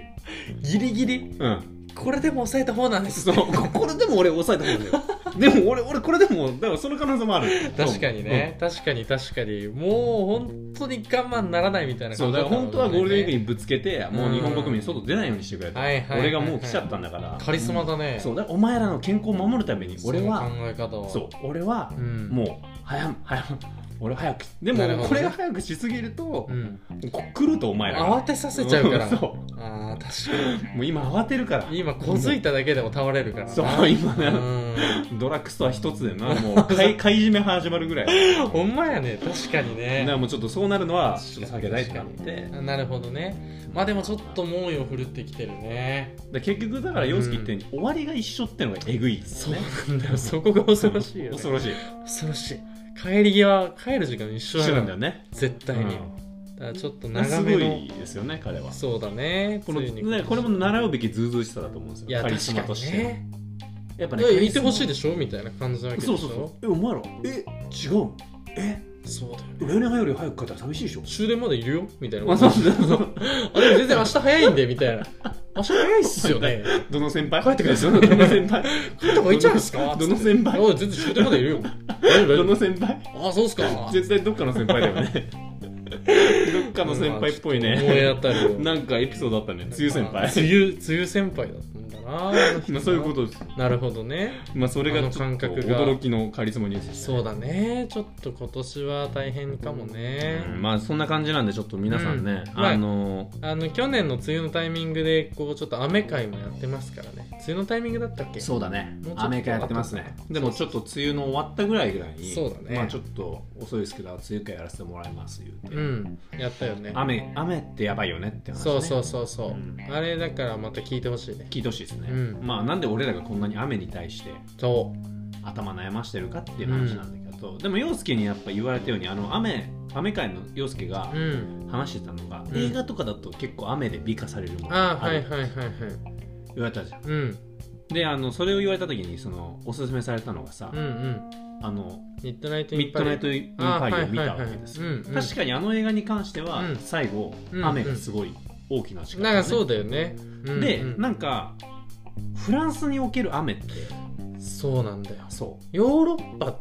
Speaker 2: う、
Speaker 1: ギリギリ
Speaker 2: うん、
Speaker 1: これでも抑えた方なんです
Speaker 2: そう
Speaker 1: ね
Speaker 2: ここれでも俺抑えたもんだよでも俺俺これでもだからその可能性もある
Speaker 1: 確かにね、確かに確かにもう本当に我慢ならないみたいな
Speaker 2: そうだから本当はゴールデンウィーク
Speaker 1: に
Speaker 2: にぶつけてもう日本国民外出ないようにしてくれと、
Speaker 1: はいはい
Speaker 2: 俺がもう来ちゃったんだから
Speaker 1: カリスマだね
Speaker 2: そうだからお前らの健康を守るために俺
Speaker 1: そ
Speaker 2: は
Speaker 1: の考え方は
Speaker 2: そう俺は
Speaker 1: うん
Speaker 2: もう早む早む俺早くでも
Speaker 1: なるほどね
Speaker 2: これが早くしすぎると
Speaker 1: う、ん、
Speaker 2: こ来るとお前ら
Speaker 1: 慌てさせちゃうから、
Speaker 2: ん そう
Speaker 1: ああ確か
Speaker 2: もう今慌てるから
Speaker 1: に今小づいただけでも倒れるからな
Speaker 2: そう今ね
Speaker 1: うん
Speaker 2: ドラッグストア一つでなもう買 い買い占め始まるぐらい
Speaker 1: ほんまやね確かに
Speaker 2: だか
Speaker 1: ね
Speaker 2: らもうちょっとそうなるのはちょっと避けたいってなって
Speaker 1: なるほどねまあでもちょっと猛威を振るってきてるね
Speaker 2: で結局だから洋介言ったように、終わりが一緒ってのがえぐいです
Speaker 1: そう
Speaker 2: ね
Speaker 1: なんだよそこが恐ろしいよ、ね、
Speaker 2: 恐ろしい
Speaker 1: 恐ろしい帰り際帰る時間一緒
Speaker 2: 一緒
Speaker 1: な
Speaker 2: なんん
Speaker 1: だ
Speaker 2: だ
Speaker 1: よ
Speaker 2: よね
Speaker 1: 絶対に、
Speaker 2: うん
Speaker 1: だからちょっと
Speaker 2: す
Speaker 1: 長
Speaker 2: ご
Speaker 1: めの
Speaker 2: いですよね彼は
Speaker 1: そうだね
Speaker 2: この
Speaker 1: ついに
Speaker 2: ねこれも習うべきずうずうしさだと思うんですよ
Speaker 1: いや
Speaker 2: カ
Speaker 1: 確
Speaker 2: リスマ
Speaker 1: か
Speaker 2: とし
Speaker 1: に
Speaker 2: て、
Speaker 1: ね
Speaker 2: やっぱ
Speaker 1: い
Speaker 2: ね
Speaker 1: やいてほしい
Speaker 2: で
Speaker 1: でしょみたいな感じなわけでし
Speaker 2: そ
Speaker 1: ょ
Speaker 2: うそうそうえお前らえ違うえ
Speaker 1: そうだよね
Speaker 2: 例年より早く帰ったら寂しいでしょ
Speaker 1: 終電までいるよみたいな
Speaker 2: あそうそうそう
Speaker 1: あでも全然明日早いんでみたいな明日早いっすよね
Speaker 2: どの先輩
Speaker 1: 帰ってください
Speaker 2: どの先輩
Speaker 1: 帰った方がいいんじゃないっすか
Speaker 2: どの先輩
Speaker 1: おい全然終電までいるよ大丈夫
Speaker 2: ど
Speaker 1: 大丈
Speaker 2: の先輩
Speaker 1: 夫あそうっすか
Speaker 2: 絶対どっかの先輩だよねどっかの先輩っぽい
Speaker 1: うんまあちょっと思
Speaker 2: ね
Speaker 1: い当たるよ
Speaker 2: なんかエピソードあったね梅雨先輩
Speaker 1: あ梅雨梅雨先輩だったんだななあの人
Speaker 3: ま
Speaker 1: な
Speaker 3: あ、そういうことです、
Speaker 1: なるほどね
Speaker 3: まあ、それが
Speaker 1: あ
Speaker 3: ちょ
Speaker 1: の
Speaker 3: っと
Speaker 1: 感覚が
Speaker 3: 驚きのカリスマニュースでしたね
Speaker 1: そうだねちょっと今年は大変かもね、
Speaker 3: うんまあそんな感じなんでちょっと皆さんね、
Speaker 1: うんはい
Speaker 3: あの
Speaker 1: あの去年の梅雨のタイミングでこうちょっと雨会もやってますからね梅雨のタイミングだったっけ
Speaker 2: そうだね
Speaker 1: もうちょっと
Speaker 2: アメリカやってますねでもちょっと梅雨の終わったぐらいぐらいに
Speaker 1: そうだね
Speaker 2: まあちょっと遅いですけど梅雨会やらせてもらいます言うて、
Speaker 1: うんやったよね
Speaker 2: 雨雨ってやばいよねって話、ね、
Speaker 1: そうそうそうそう、
Speaker 2: うん
Speaker 1: あれだからまた聞いてほしいね
Speaker 2: 聞いてほしいですね、
Speaker 1: うん
Speaker 2: まあなんで俺らがこんなに雨に対して
Speaker 1: そう
Speaker 2: 頭悩ましてるかっていう話なんだけど、でも陽介にやっぱ言われたようにあの雨雨界の陽介が
Speaker 1: うん
Speaker 2: 話してたのが、
Speaker 1: うん
Speaker 2: 映画とかだと結構雨で美化されるもの
Speaker 1: ああ
Speaker 2: があ
Speaker 1: はい
Speaker 2: る
Speaker 1: はいはいはい
Speaker 2: 言われたじゃん
Speaker 1: うん
Speaker 2: であのそれを言われた時にそのおすすめされたのがさ、
Speaker 1: うんうん
Speaker 2: あの
Speaker 1: ミッドナイトイ
Speaker 2: ミ
Speaker 1: ン
Speaker 2: ッ
Speaker 1: パ
Speaker 2: ド
Speaker 1: リ
Speaker 2: ナイト・イン・パリを見たわけですよ
Speaker 1: あはいはいはいうんうん
Speaker 2: 確かにあの映画に関しては
Speaker 1: うん
Speaker 2: 最後、
Speaker 1: うん
Speaker 2: 雨がすごい大きな力、
Speaker 1: なんかそうだよね、うん
Speaker 2: で、
Speaker 1: うん
Speaker 2: なんかフランスにおける雨って
Speaker 1: そうなんだよ
Speaker 2: そ
Speaker 1: ヨーロッパ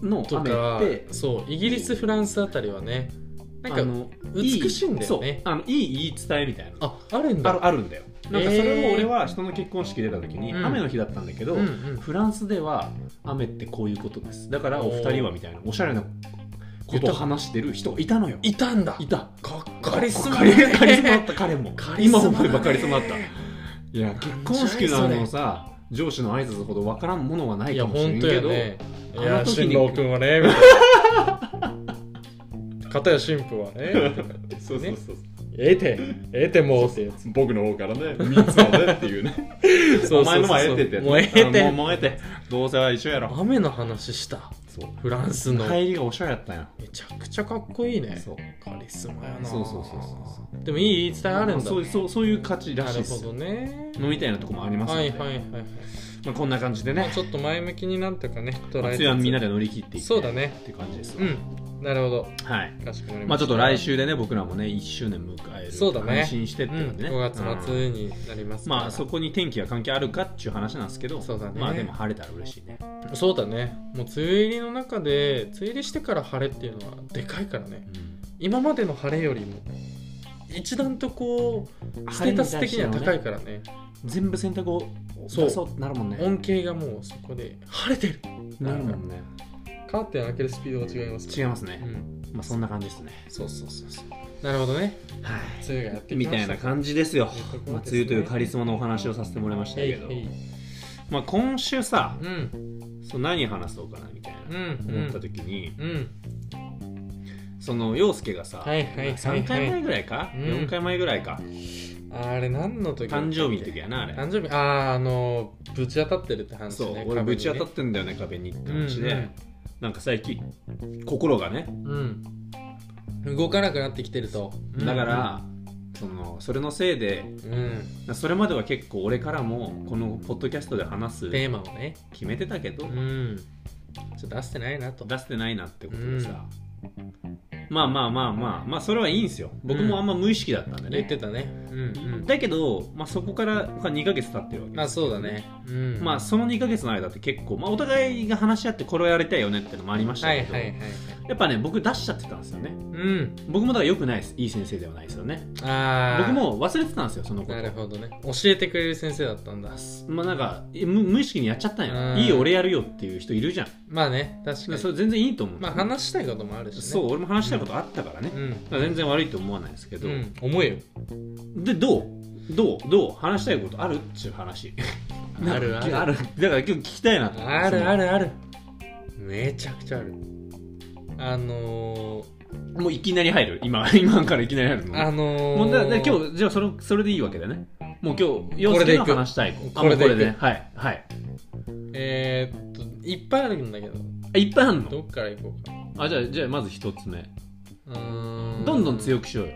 Speaker 2: うの
Speaker 1: と
Speaker 2: 雨
Speaker 1: か
Speaker 2: って
Speaker 1: そうイギリスフランスあたりはねなん
Speaker 2: あ
Speaker 1: か
Speaker 2: の
Speaker 1: 美しいんだよね
Speaker 2: そうあのいい言い伝えみたいな
Speaker 1: ああるんだ
Speaker 2: あるあるんだよなんか
Speaker 1: えー
Speaker 2: それを俺は人の結婚式出た時に、
Speaker 1: うん
Speaker 2: 雨の日だったんだけど、
Speaker 1: うんうん
Speaker 2: フランスでは雨ってこういうことですだからお二人はみたいなおしゃれなことを話してる人がいたのよ
Speaker 1: いたんだ
Speaker 2: いた
Speaker 1: かカリスマ
Speaker 2: カリカリスマだった彼も
Speaker 1: カリスマ
Speaker 2: 今
Speaker 1: だね
Speaker 2: 思えばカリスマだったいや結婚式の
Speaker 1: な
Speaker 2: あ
Speaker 1: んじゃいそれ
Speaker 2: のさ上司の挨拶ほどわからんものはないい
Speaker 1: や
Speaker 2: かもしれん
Speaker 1: 本当
Speaker 2: け
Speaker 1: や
Speaker 2: ど、
Speaker 1: ねい
Speaker 2: あ
Speaker 1: や
Speaker 2: の時
Speaker 1: 新
Speaker 2: に
Speaker 1: 郎君は ねみたいな片や新婦はね
Speaker 3: そうそうそう
Speaker 1: ええてええてもうってやつ
Speaker 3: 僕の方からね3つはねっていうね
Speaker 1: そうそうそう
Speaker 3: お前のはええてってやつ
Speaker 1: もうええて
Speaker 2: あもうもうええてどうせは一緒やろ
Speaker 1: 雨の話した
Speaker 2: そう
Speaker 1: フランスの、
Speaker 2: 帰りがおしゃれやったんや
Speaker 1: めちゃくちゃかっこいいね
Speaker 2: そう
Speaker 1: カリスマやな
Speaker 2: そうそうそうそう
Speaker 1: でもいい言い伝えあるんだ
Speaker 2: そうそうそういう価値ら
Speaker 1: な
Speaker 2: しい
Speaker 1: る
Speaker 2: っす
Speaker 1: ほどね
Speaker 2: のみたいなとこもありますの
Speaker 1: は
Speaker 2: で、
Speaker 1: いはいはいはい、
Speaker 2: まあ、こんな感じで
Speaker 1: まあ、
Speaker 2: ね
Speaker 1: ちょっと前向きになんとかね捉
Speaker 2: 梅
Speaker 1: え
Speaker 2: 雨はみんな
Speaker 1: で
Speaker 2: で乗り切っていって
Speaker 1: そうだね
Speaker 2: って感じですわ
Speaker 1: うんなるほど
Speaker 2: はい
Speaker 1: かしこまり
Speaker 2: ま
Speaker 1: ま
Speaker 2: あ
Speaker 1: した
Speaker 2: ちょっと来週でね僕らもね1周年迎える
Speaker 1: そうだね
Speaker 2: 配信してっていうのでね、
Speaker 1: うん、5月
Speaker 2: うん
Speaker 1: 末になりますから
Speaker 2: まあそこに天気が関係あるかっていう話なんですけど
Speaker 1: そうだね
Speaker 2: まあでも晴れたら嬉しいね、
Speaker 1: そうだねもう梅雨入りの中で梅雨入りしてから晴れっていうのはでかいからね今までの晴れよりも一段とこうステータス的には高いからね
Speaker 2: 全部洗濯を
Speaker 1: そう
Speaker 2: 出そうなるもんね
Speaker 1: 恩恵がもうそこで晴れてる
Speaker 2: なるもんね
Speaker 1: カーテン開けるスピードが違います
Speaker 2: 違います
Speaker 1: う
Speaker 2: ね、
Speaker 1: ん
Speaker 2: まあそんな感じですね
Speaker 1: そうそうそうそうなるほどね
Speaker 2: は
Speaker 1: 梅雨がやって
Speaker 2: い
Speaker 1: き
Speaker 2: み
Speaker 1: ました
Speaker 2: いな感じですよ
Speaker 1: というところですね
Speaker 2: まあ、梅雨というカリスマのお話をさせてもらいました
Speaker 1: へい
Speaker 2: け
Speaker 1: へ
Speaker 2: ど、
Speaker 1: い
Speaker 2: まあ、今週さ
Speaker 1: うん
Speaker 2: そう何話そうかなみたいな、
Speaker 1: うんうん
Speaker 2: 思った時に
Speaker 1: うん
Speaker 2: その陽介がさ、
Speaker 1: はいはいはいはい
Speaker 2: 3回前ぐらいか、
Speaker 1: うん
Speaker 2: 4回前ぐらいか
Speaker 1: あれ何の時だったっ
Speaker 2: 誕
Speaker 1: け
Speaker 2: 生日の時やなあれ
Speaker 1: 誕生日あああのぶち当たってるって話
Speaker 2: そう
Speaker 1: ね
Speaker 2: 俺ぶち当た
Speaker 1: っ
Speaker 2: ってんだよね壁にって
Speaker 1: うん
Speaker 2: 話で、なんか最近心がね、
Speaker 1: うん、うん、動かなくなってきてると
Speaker 2: だからそのそれのせいで
Speaker 1: うん、うん
Speaker 2: それまでは結構俺からもこのポッドキャストで話す
Speaker 1: テーマをね
Speaker 2: 決めてたけど、
Speaker 1: うんちょっと出してないなと
Speaker 2: 出してないなってことでさ、まあまあまあまあまあそれはいいんすよ僕もあんま無意識だったんで
Speaker 1: 言っ
Speaker 2: ね、
Speaker 1: てたねうんうん
Speaker 2: だけど、まあ、そこから2ヶ月経ってるわけ
Speaker 1: まあそうだねうん
Speaker 2: まあその2ヶ月の間って結構、まあ、お互いが話し合ってこれをやりたいよねってのもありました
Speaker 1: は
Speaker 2: け
Speaker 1: い
Speaker 2: ど、
Speaker 1: はいはいはい
Speaker 2: やっぱね僕出しちゃってたんですよね
Speaker 1: うん
Speaker 2: 僕もだからよくないですいい先生ではないですよね
Speaker 1: ああ
Speaker 2: 僕も忘れてたんですよそのこと
Speaker 1: なるほどね教えてくれる先生だったんだ
Speaker 2: まあなんかえ無無意識にやっちゃったん
Speaker 1: う
Speaker 2: や
Speaker 1: ん
Speaker 2: いいよ俺やるよっていう人いるじゃん
Speaker 1: まあね確か
Speaker 2: で
Speaker 1: に
Speaker 2: それ全然いいと思う、
Speaker 1: まあ話したいこともあるしね
Speaker 2: そう俺も話したいことあったからね、
Speaker 1: うん
Speaker 2: だから全然悪いと思わないですけど、
Speaker 1: うん、思えよ
Speaker 2: でどうどうどう話したいことあるっていう話
Speaker 1: あるある
Speaker 2: あるだから今日聞きたいなと思って
Speaker 1: あ
Speaker 2: そ
Speaker 1: る
Speaker 2: の
Speaker 1: あるあるめちゃくちゃあるあの
Speaker 2: もういきなり入る今今からいきなり入る
Speaker 1: ー、
Speaker 2: の
Speaker 1: あのー、
Speaker 2: もうだだ今日じゃあそれそれでいいわけだねもう今日
Speaker 1: これでいく
Speaker 2: 陽介の話したいことあ
Speaker 1: これでいく
Speaker 2: もうこれねはいはい
Speaker 1: えー、っといっぱいあるんだけど
Speaker 2: あいっぱいあるの
Speaker 1: どっから行こうか
Speaker 2: あじゃあじゃあまず一つ目
Speaker 1: うー
Speaker 2: どんどん強くしようよ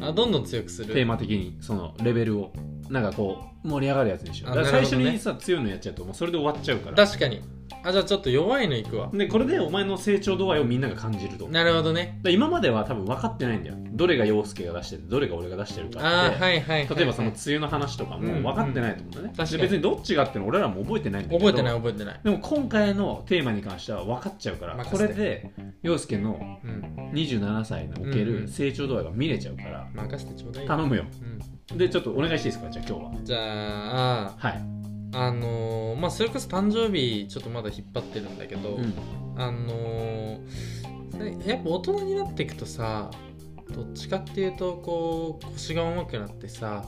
Speaker 1: あどんどん強くする
Speaker 2: テーマ的にそのレベルをなんかこう盛り上がるやつにしよう
Speaker 1: あ
Speaker 2: だから
Speaker 1: なる
Speaker 2: 最
Speaker 1: ほど
Speaker 2: 初
Speaker 1: ね
Speaker 2: にさ強いのやっちゃうともうそれで終わっちゃうから
Speaker 1: 確かにあじゃあちょっと弱いのいくわ
Speaker 2: でこれでお前の成長度合いをみんなが感じるとだか
Speaker 1: なるほどね
Speaker 2: ら今までは多分分かってないんだよどれが陽介が出しててどれが俺が出してるか
Speaker 1: あ
Speaker 2: って、
Speaker 1: ーはいはい、はい、
Speaker 2: 例えばその梅雨の話とか
Speaker 1: うん
Speaker 2: も分かってないと思うんだね、
Speaker 1: 確かに
Speaker 2: で別にどっちがっての俺らも覚えてないんだけど
Speaker 1: 覚えてない覚えてない、
Speaker 2: でも今回のテーマに関しては分かっちゃうから
Speaker 1: 任
Speaker 2: こ
Speaker 1: せ
Speaker 2: れ
Speaker 1: て
Speaker 2: で陽介の
Speaker 1: うん、
Speaker 2: 27歳におけ
Speaker 1: うんうん
Speaker 2: る成長度合いが見れちゃうから
Speaker 1: 任せてちょうだいよ
Speaker 2: 頼むよ
Speaker 1: うん
Speaker 2: でちょっとお願いしていいですかじゃあ今日は
Speaker 1: じゃあ
Speaker 2: はい、
Speaker 1: あのーまあそれこそ誕生日ちょっとまだ引っ張ってるんだけど、あのーやっぱ大人になっていくとさどっちかっていうとこう腰が重くなってさ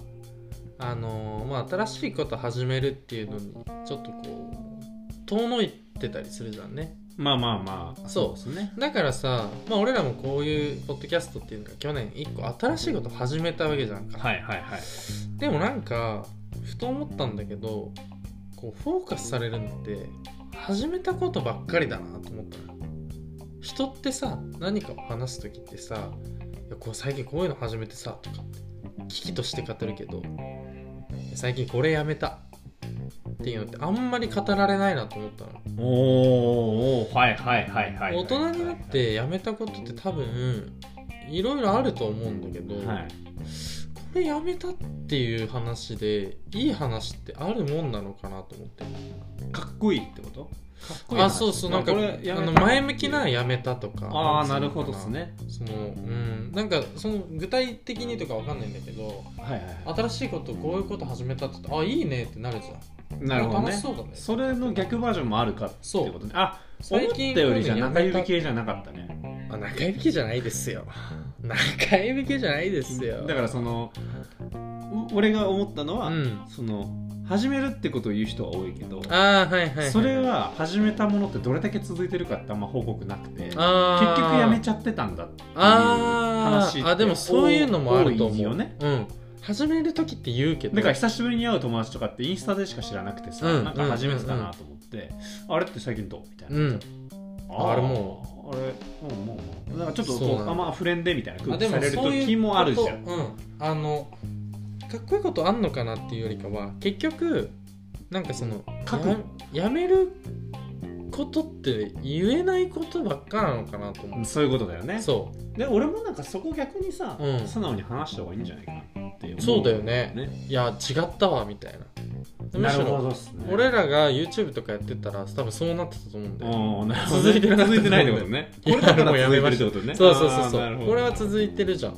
Speaker 1: あのーまあ新しいこと始めるっていうのにちょっとこう遠のいてたりするじゃんね
Speaker 2: まあまあまあ
Speaker 1: そう
Speaker 2: そうですね
Speaker 1: だからさ、まあ、俺らもこういうポッドキャストっていうのが去年一個新しいこと始めたわけじゃんか、
Speaker 2: はいはいはい
Speaker 1: でもなんかふと思ったんだけどこうフォーカスされるのって始めたことばっかりだなと思ったの人ってさ何かを話す時ってさ「いやこう最近こういうの始めてさ」とかって危機として語るけど「最近これやめた」っていうのってあんまり語られないなと思ったの
Speaker 2: おーおーはいはいはいはいはい
Speaker 1: 大人になってやめたことって多分いろいろあると思うんだけど、
Speaker 2: はい
Speaker 1: これやめたっていう話でいい話ってあるもんなのかなと思って
Speaker 2: かっこいいってことかっこいい話
Speaker 1: あそうそうなんか
Speaker 2: まあこれや
Speaker 1: あ
Speaker 2: めた
Speaker 1: の前向きなやめたとか
Speaker 2: ああ
Speaker 1: んつう
Speaker 2: な
Speaker 1: の
Speaker 2: る
Speaker 1: か
Speaker 2: ほどですね
Speaker 1: そのうんなんかその具体的にとかわかんないんだけど
Speaker 2: はいはいは
Speaker 1: 新しいことこういうこと始めたって言ってあいいねってなるじゃん
Speaker 2: いなるほど
Speaker 1: 楽
Speaker 2: ね
Speaker 1: しそうだね
Speaker 2: それの逆バージョンもあるかって
Speaker 1: そう
Speaker 2: ことねあ思
Speaker 1: 最
Speaker 2: っ
Speaker 1: 近
Speaker 2: たよりじゃ
Speaker 1: こういうの
Speaker 2: 中
Speaker 1: やめた
Speaker 2: 指系じゃなかったね
Speaker 1: あ中指系じゃないですよ中指系じゃないですよ
Speaker 2: だからそのお俺が思ったのは、
Speaker 1: うん
Speaker 2: その始めるってことを言う人は多いけど
Speaker 1: ああはいはい、はい、
Speaker 2: それは始めたものってどれだけ続いてるかってあんま報告なくて結
Speaker 1: あー
Speaker 2: 局やめちゃってたんだっていう
Speaker 1: あ
Speaker 2: 話って
Speaker 1: ーあでもそういうのもあると
Speaker 2: 多い
Speaker 1: 思
Speaker 2: よ
Speaker 1: う、
Speaker 2: ね
Speaker 1: うん始める時って言うけど
Speaker 2: だから久しぶりに会う友達とかってインスタでしか知らなくてさ、
Speaker 1: うん
Speaker 2: なんか初めてだなと思って、あれって最近どうみたいな、
Speaker 1: うん
Speaker 2: ー
Speaker 1: あれも
Speaker 2: あれうんもうもうなんかちょっと
Speaker 1: そうな
Speaker 2: こう
Speaker 1: の
Speaker 2: あんまフレンデみたいな
Speaker 1: あ
Speaker 2: 空
Speaker 1: で
Speaker 2: 気さ
Speaker 1: も
Speaker 2: れる
Speaker 1: そういう
Speaker 2: 時もあるじゃ
Speaker 1: こ
Speaker 2: ん
Speaker 1: とうん、あのかっこいいことあんのかなっていうよりかは結局なんかその
Speaker 2: 覚悟
Speaker 1: ややめることって言えないことばっかなのかなと思
Speaker 2: う
Speaker 1: うん
Speaker 2: そういうことだよね
Speaker 1: そ
Speaker 2: で俺もなんかそこ逆にさ、
Speaker 1: うん
Speaker 2: 素直に話した方がいいんじゃないかなって思
Speaker 1: うそうだよね
Speaker 2: ね
Speaker 1: いや違ったわみたいなむ
Speaker 2: な
Speaker 1: し
Speaker 2: るほ
Speaker 1: ろ
Speaker 2: どっすね
Speaker 1: 俺らが YouTube とかやってたら多分そうなってたと思うんだよ
Speaker 2: うんなるほどね
Speaker 1: 続いてなかった
Speaker 2: 続いてないってことね
Speaker 1: いや
Speaker 2: これだから
Speaker 1: もうやめま
Speaker 2: 続
Speaker 1: し
Speaker 2: い
Speaker 1: た
Speaker 2: てるってこと
Speaker 1: そ
Speaker 2: ね
Speaker 1: うそうそうそ
Speaker 2: あーなる
Speaker 1: う
Speaker 2: ほど
Speaker 1: これは続いてるじゃん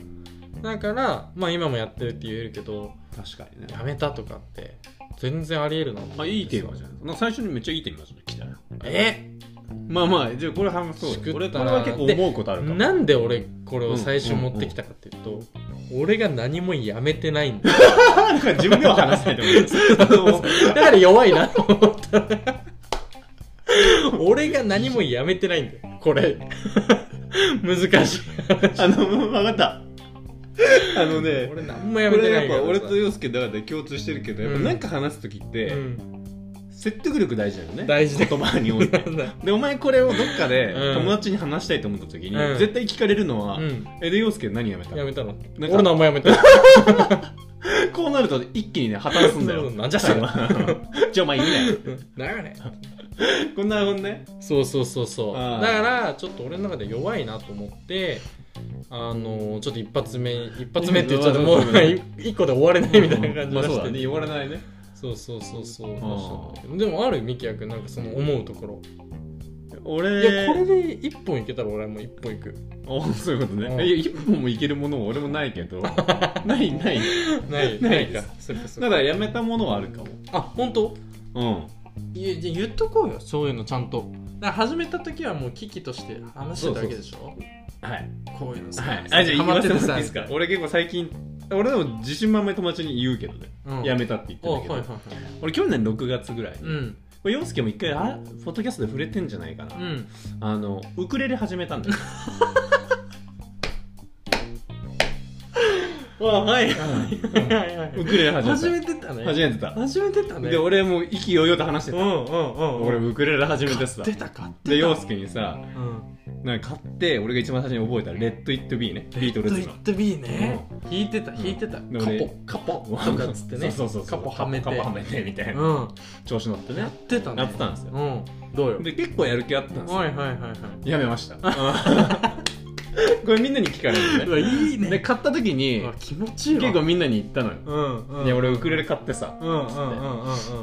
Speaker 1: だからまあ今もやってるって言えるけど
Speaker 2: 確かにね
Speaker 1: やめたとかって全然ありえるな
Speaker 2: まあいいテーマじゃんなんか最初にめっちゃいいテーマじゃん来たよ
Speaker 1: え
Speaker 2: まあまあじゃあこれ話そう
Speaker 1: しくったな
Speaker 2: 俺これは結構思うことあるかも
Speaker 1: なんで俺これを最初持ってきたかっていうと、俺が何もやめてないんだ
Speaker 2: なんか自分では話せないと思い ます
Speaker 1: だから弱い なと思った俺が何もやめてないんだよこれ難しい
Speaker 2: あの分かった
Speaker 3: あのね
Speaker 1: 俺何も
Speaker 3: こ
Speaker 1: やめて
Speaker 3: れ
Speaker 1: な
Speaker 3: や
Speaker 1: い
Speaker 3: っ
Speaker 1: から
Speaker 3: ぱ
Speaker 1: さ
Speaker 3: 俺と洋介だからで共通してるけどやっぱなんか話す時っ
Speaker 1: う
Speaker 3: て
Speaker 1: ん
Speaker 2: 説得力大事だよね
Speaker 1: 大事だ
Speaker 2: 言葉にお いてでお前これをどっかで
Speaker 1: うん
Speaker 2: 友達に話したいと思った時に、
Speaker 1: うん
Speaker 2: 絶対聞かれるのは「
Speaker 1: うん
Speaker 2: えで陽介何やめた
Speaker 1: や
Speaker 2: の?
Speaker 1: めたの
Speaker 2: なんか
Speaker 1: 俺何もやめてない」
Speaker 2: こうなると一気にね破綻すんだ
Speaker 1: そうそ
Speaker 2: よ
Speaker 1: う なんじゃそれ
Speaker 2: じゃあお前いいね
Speaker 1: だよね
Speaker 2: こんなもんね
Speaker 1: そうそうそうそうだ
Speaker 2: あ
Speaker 1: か
Speaker 2: ー
Speaker 1: らちょっと俺の中で弱いなと思ってあのちょっと一発目一発目って言っちゃってもう
Speaker 2: うんうん
Speaker 1: 一個で終われないみたいな感じ
Speaker 2: ま
Speaker 1: 出
Speaker 2: あそう
Speaker 1: し
Speaker 2: だ
Speaker 1: て
Speaker 2: ね言われないね
Speaker 1: そうそうそうそう
Speaker 2: あー
Speaker 1: でもあるミキヤ君なんかその思うところ、
Speaker 2: 俺
Speaker 1: いやこれで一本いけたら俺はもう一本いく
Speaker 2: おそういうことね、
Speaker 1: うん
Speaker 2: いや一本もいけるものは俺もない けどないない
Speaker 1: ない
Speaker 2: な
Speaker 1: ないい
Speaker 2: で
Speaker 1: か
Speaker 2: す
Speaker 1: そっかそっ
Speaker 2: だ
Speaker 1: か
Speaker 2: からやめたものはあるかも
Speaker 1: あ本当
Speaker 2: うん
Speaker 1: いやじゃあ言っとこうよそういうのちゃんとだから始めた時はもう危機として話してたわけでしょ
Speaker 2: はい
Speaker 1: こういうのさ、
Speaker 2: はいあじゃあ言
Speaker 1: ハマ
Speaker 2: わ
Speaker 1: っ
Speaker 2: せ
Speaker 1: て
Speaker 2: ても
Speaker 1: て
Speaker 2: らっていい
Speaker 1: さ
Speaker 2: ですか俺結構最近俺でも自信満々に友達に言うけどね、
Speaker 1: うん
Speaker 2: やめたって言って
Speaker 1: あ
Speaker 2: た
Speaker 1: はい
Speaker 2: けど、
Speaker 1: はいはい
Speaker 2: 俺去年6月ぐらいに、
Speaker 1: うん
Speaker 2: これ洋介も一回あポッドキャストで触れてんじゃないかな、
Speaker 1: うん
Speaker 2: あのウクレレ始めた んだよ
Speaker 1: あはいはいはいはい
Speaker 2: ウクレレ始めた
Speaker 1: 始めてたね
Speaker 2: 始めてた、
Speaker 1: 始めてたね
Speaker 2: で俺もう意気揚々と話して
Speaker 1: う
Speaker 2: た、
Speaker 1: んうんうん
Speaker 2: 俺ウクレレ始めてさ
Speaker 1: 出たか
Speaker 2: で洋介にさ
Speaker 1: うん
Speaker 2: なんか買って俺が一番最初に覚えた「レッド・イット・ビー」ねビートル
Speaker 1: ド
Speaker 2: ズ
Speaker 1: イ
Speaker 2: の
Speaker 1: ットビーね弾いてた弾いてたカ
Speaker 2: で俺
Speaker 1: ポカポとかっつってね
Speaker 2: そうそうそうそ
Speaker 1: カ
Speaker 2: う
Speaker 1: ポはめて
Speaker 2: カポはめてみたいな、
Speaker 1: うん
Speaker 2: 調子乗って
Speaker 1: や
Speaker 2: ね
Speaker 1: ってたね
Speaker 2: やってたんですよ
Speaker 1: うんどうよ
Speaker 2: で結構やる気あったんですよ
Speaker 1: はいはいはいはい
Speaker 2: やめました5
Speaker 3: これみんなに聞かれるのね
Speaker 1: いい
Speaker 2: で買った時に
Speaker 1: あ気持ちいいわ
Speaker 2: 結構みんなに言ったのよ、
Speaker 1: うんうん
Speaker 2: ね、俺ウクレレ買ってさ、
Speaker 1: うんうんうんうん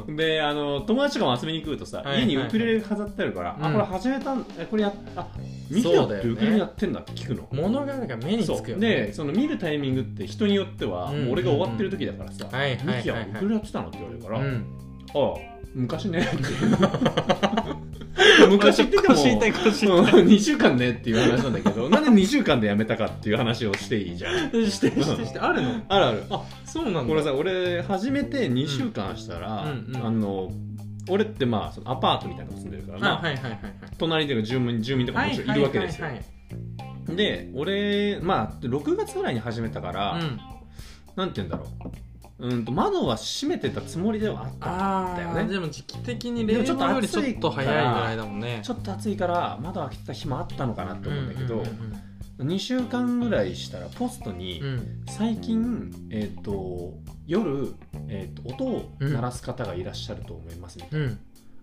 Speaker 1: うん
Speaker 2: であの友達とかも遊びに来るとさ、
Speaker 1: はい
Speaker 2: 家にウクレレ飾ってあるから、
Speaker 1: うん
Speaker 2: あこれ始めたんえこれやあミキ
Speaker 1: そ
Speaker 2: だ
Speaker 1: うだ
Speaker 2: っ
Speaker 1: よ
Speaker 2: て
Speaker 1: ね
Speaker 2: ウクレレやってんだって聞くの
Speaker 1: 物がなんか目につくよね
Speaker 2: でその見るタイミングって人によっては、
Speaker 1: うん
Speaker 2: もう俺が終わってる時だからさ「
Speaker 1: はいはいはいはい
Speaker 2: ミキはウクレレやってたの?」って言われるから
Speaker 1: う
Speaker 2: 「
Speaker 1: ん
Speaker 2: ああ昔ね」っていう 昔って言っても
Speaker 1: 腰痛い腰痛い
Speaker 2: うん2週間ねっていう話なんだけどなんで2週間でやめたかっていう話をしていいじゃん
Speaker 1: して
Speaker 2: うん
Speaker 1: してしてあるの
Speaker 2: あるある
Speaker 1: あそうなんだ
Speaker 2: これさ俺始めて2週間したら、
Speaker 1: うんうん
Speaker 2: あの俺ってまあそのアパートみたいなの住んでるから、
Speaker 1: あ
Speaker 2: まあ
Speaker 1: はいはいはいはい
Speaker 2: 隣で住民住民とかもちろんいるわけですよ、で俺まあ6月ぐらいに始めたから、
Speaker 1: うん
Speaker 2: なんて言うんだろううんと窓は閉めてたつもりではあった
Speaker 1: あ
Speaker 2: だよ
Speaker 1: あ
Speaker 2: ね
Speaker 1: でも時期的に
Speaker 2: で
Speaker 1: 冷
Speaker 2: もちょっと
Speaker 1: 房よりちょ
Speaker 2: 暑い
Speaker 1: っと早いぐらいだもんね
Speaker 2: ちょっと暑いから窓開けてた日もあったのかなって思うんだけど、
Speaker 1: うんうん
Speaker 2: 2週間ぐらいしたらポストに
Speaker 1: うんうん
Speaker 2: 最近、えっと夜、えっと音を鳴らす方がいらっしゃると思いますみたいな、
Speaker 1: うん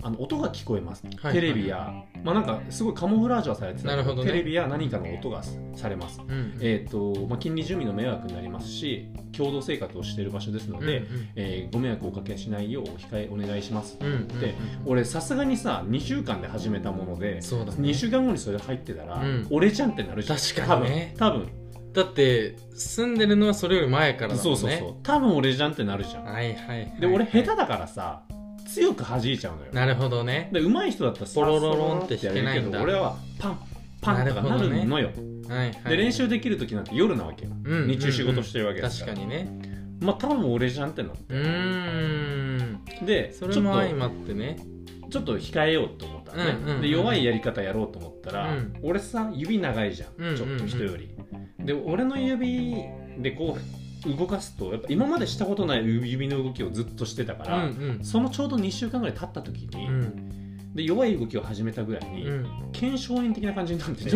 Speaker 2: あの音が聞こえます、
Speaker 1: はい
Speaker 2: テレビや、まあ、なんかすごいカモフラージュはされてたけ
Speaker 1: なるほどね
Speaker 2: テレビや何かの音がされます、
Speaker 1: うん
Speaker 2: えーとまあ、近隣住民の迷惑になりますし共同生活をしている場所ですので、えーご迷惑をおかけしないようお控えお願いします、
Speaker 1: うんうん
Speaker 2: で俺さすがにさ2週間で始めたもので、
Speaker 1: そうだね
Speaker 2: 2週間後にそれ入ってたら、
Speaker 1: うん
Speaker 2: 俺じゃんってなるじゃん
Speaker 1: 確かにね
Speaker 2: 多分
Speaker 1: だって住んでるのはそれより前か
Speaker 2: 多
Speaker 1: ら
Speaker 2: 分、
Speaker 1: だもんね
Speaker 2: そうそうそう多分俺じゃんってなるじゃん、
Speaker 1: はいはいはい
Speaker 2: で俺下手だからさ強く弾いちゃうのよ
Speaker 1: なるほどね
Speaker 2: で上手い人だったらさ
Speaker 1: ポロロロンって弾けないんだ
Speaker 2: やるけど俺はパンパンとかなるのよ、
Speaker 1: はいはい
Speaker 2: で練習できる時なんて夜なわけよ、
Speaker 1: うん
Speaker 2: 日中仕事してるわ
Speaker 1: う
Speaker 2: け
Speaker 1: ん
Speaker 2: で
Speaker 1: うん
Speaker 2: す
Speaker 1: 確
Speaker 2: か
Speaker 1: からにね
Speaker 2: まあ多分俺じゃんってなって
Speaker 1: うーん
Speaker 2: で
Speaker 1: そ
Speaker 2: ちょっ
Speaker 1: れ
Speaker 2: と
Speaker 1: も相まってね
Speaker 2: ちょっと控えようと思ったのね、
Speaker 1: うんうんうん
Speaker 2: で弱いやり方やろうと思ったら、
Speaker 1: うん
Speaker 2: 俺さ指長いじゃん、
Speaker 1: うんうんうん
Speaker 2: ちょっと人よりで俺の指でこう動かすとやっぱ今までしたことない指の動きをずっとしてたか
Speaker 1: うんう
Speaker 2: ら、
Speaker 1: ん
Speaker 2: そのちょうど2週間ぐらい経った時に、
Speaker 1: うん
Speaker 2: で弱い動きを始めたぐらいに、
Speaker 1: うん
Speaker 2: 腱鞘炎的な感じになって
Speaker 1: えー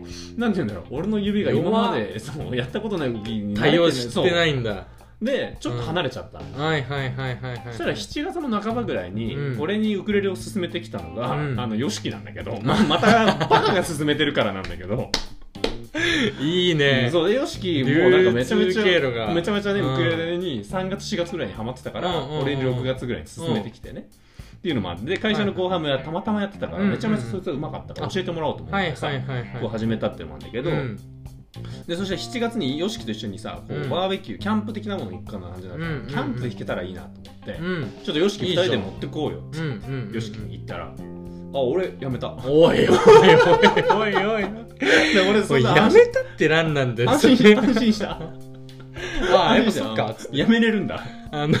Speaker 2: ちょっと、なんて言うんだろう俺の指が今までそうやったことない動きに慣れ
Speaker 1: 対応して
Speaker 2: い
Speaker 1: ないんだ
Speaker 2: でちょっと離れちゃったの、
Speaker 1: はいはいはいはいはい
Speaker 2: そしたら7月の半ばぐらいに、
Speaker 1: うん
Speaker 2: 俺にウクレレを勧めてきたのが、
Speaker 1: うん
Speaker 2: あの YOSHIKI なんだけど、まあ、またバカが勧めてるからなんだけど、
Speaker 1: いいね
Speaker 2: そうで YOSHIKI もうなんかめちゃめち
Speaker 1: 流通
Speaker 2: ゃ
Speaker 1: 経路が
Speaker 2: めちゃめちゃね、
Speaker 1: うん
Speaker 2: ウクレレに3月4月ぐらいにハマってたから、
Speaker 1: うんうんうん
Speaker 2: 俺に6月ぐらいに勧めてきてね、っていうのもあってで会社の後半もやたまたまやってたから、
Speaker 1: うんうん
Speaker 2: めちゃめちゃそいつがうまかったから教えてもらおうと思っ
Speaker 1: はい
Speaker 2: てさ、
Speaker 1: はいはいはい
Speaker 2: こう始めたっていうのもあるんだけど、
Speaker 1: うん
Speaker 2: でそして7月に YOSHIKI と一緒にさ
Speaker 1: う
Speaker 2: こうんバーベキュー、キャンプ的なもの行くかな感じだったから、
Speaker 1: うんうんうん
Speaker 2: キャンプで弾けたらいいなと思って、
Speaker 1: うん
Speaker 2: ちょっと YOSHIKI 二人で持ってこうよ
Speaker 1: うんうんうん
Speaker 2: よしきに行ったら、あ、俺やめた。
Speaker 1: おいおいおいおい おい
Speaker 2: で俺
Speaker 1: おい
Speaker 2: んな
Speaker 1: やめたってなんなんだよ
Speaker 2: 安心 安心安心した。
Speaker 1: あやっぱ
Speaker 2: 安心
Speaker 1: そっか
Speaker 2: したやめれるんだ。
Speaker 1: あの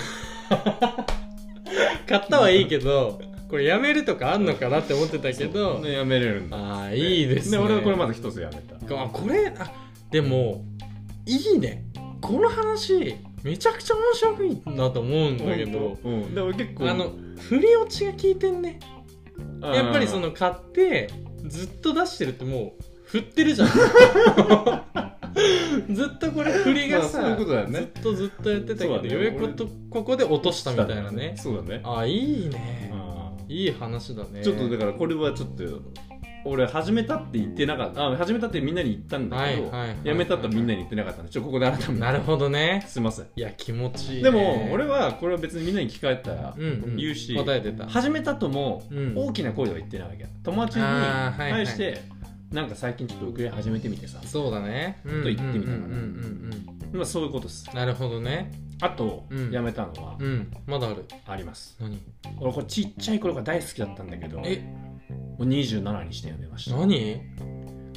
Speaker 1: 買ったはいいけどこれやめるとかあんのかなって思ってたけど、
Speaker 2: ねやめれるんだ。
Speaker 1: ああいいですね
Speaker 2: で俺はこれまず一つやめた。
Speaker 1: あこれあでもいいねこの話めちゃくちゃ面白いなと思うんだけど、
Speaker 2: うん、で俺結構
Speaker 1: あの振り落ちが効いてんねやっぱりその買ってずっと出してるってもう振ってるじゃんずっとこれ振りがさ、
Speaker 2: まあそういうことだよね
Speaker 1: ずっとずっとやってたけ
Speaker 2: そう
Speaker 1: ど、
Speaker 2: だね
Speaker 1: ようやくことここで落としたみたいなね
Speaker 2: そうだね。
Speaker 1: あいいね、
Speaker 2: うん
Speaker 1: いい話だね
Speaker 2: ちょっとだからこれはちょっと俺始めたって言ってなかった。あ始めたってみんなに言ったんだけど、
Speaker 1: はいはいはい
Speaker 2: やめたってみんなに言ってなかったんで、ちょここで改めて。
Speaker 1: なるほどね
Speaker 2: すみません。
Speaker 1: いや気持ちいいね、
Speaker 2: でも俺はこれは別にみんなに聞かれたら
Speaker 1: うんうん
Speaker 2: 言うし、
Speaker 1: 答えてた
Speaker 2: 始めたとも
Speaker 1: うん
Speaker 2: 大きな声では言ってないわけ友達に
Speaker 1: あーはいはい
Speaker 2: 対して、なんか最近ちょっとウクレレ始めてみてさ、
Speaker 1: そうだねち
Speaker 2: ょっと行ってみた
Speaker 1: う
Speaker 2: か
Speaker 1: ん
Speaker 2: な
Speaker 1: うんうんうん
Speaker 2: まあ、そういうことです
Speaker 1: うんなるほどね
Speaker 2: あと、
Speaker 1: うん
Speaker 2: やめたのは
Speaker 1: うんまだある
Speaker 2: あります
Speaker 1: 何
Speaker 2: 俺これちっちゃい頃が大好きだったんだけど
Speaker 1: え
Speaker 2: もう27にしてやめました
Speaker 1: 何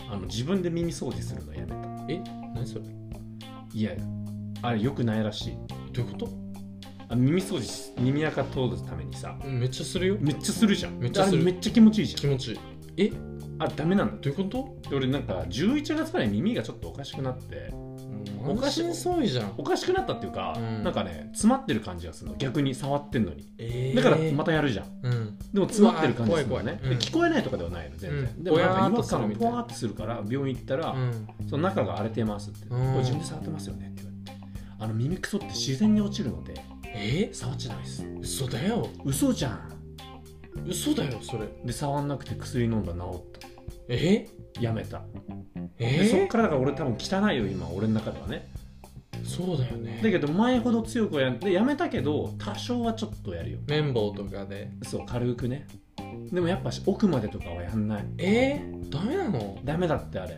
Speaker 2: あの自分で耳掃除するのやめた
Speaker 1: え何それ
Speaker 2: いやあれよくないらしい
Speaker 1: どういうこ
Speaker 2: あ耳掃除し耳垢通すためにさ
Speaker 1: とめっちゃするよ
Speaker 2: めっちゃするじゃん
Speaker 1: めっちゃする
Speaker 2: あれめっちゃ気持ちいいじ
Speaker 1: 気持ちいいえど
Speaker 2: ゃんあれダメなんだ
Speaker 1: ういうこと
Speaker 2: で俺なんか11月からいに耳がちょっとおかしくなって
Speaker 1: おかしそういじゃん
Speaker 2: おかしくなったっていうか、
Speaker 1: うん
Speaker 2: なんかね詰まってる感じがするの逆に触ってんのに
Speaker 1: えー
Speaker 2: だからまたやるじゃん、
Speaker 1: うん
Speaker 2: でも詰まってる感じするの
Speaker 1: うわ
Speaker 2: ね
Speaker 1: 怖い怖いうん
Speaker 2: で聞こえないとかではないの全然、
Speaker 1: うん
Speaker 2: でもなん
Speaker 1: ぽやーっと
Speaker 2: か違和
Speaker 1: する
Speaker 2: 感
Speaker 1: みた
Speaker 2: が
Speaker 1: い
Speaker 2: ぽ
Speaker 1: な
Speaker 2: わーってするから病院行ったら、
Speaker 1: うん
Speaker 2: その中が荒れてますって、
Speaker 1: ん
Speaker 2: これ自分で触ってますよねって言われてあの耳くそって自然に落ちるので
Speaker 1: え
Speaker 2: 触っちゃダメです
Speaker 1: 嘘だよ
Speaker 2: 嘘じゃん
Speaker 1: 嘘だよそれ
Speaker 2: で触んなくて薬飲んだら治った
Speaker 1: ええ
Speaker 2: やめた、で
Speaker 1: え
Speaker 2: そっからだから俺多分汚いよ今俺の中ではね
Speaker 1: そうだよね
Speaker 2: だけど前ほど強くはやんでやめたけど多少はちょっとやるよ
Speaker 1: 綿棒とかで
Speaker 2: そう軽くねでもやっぱし奥までとかはやんない
Speaker 1: えー、ダメなの
Speaker 2: ダメだってあれ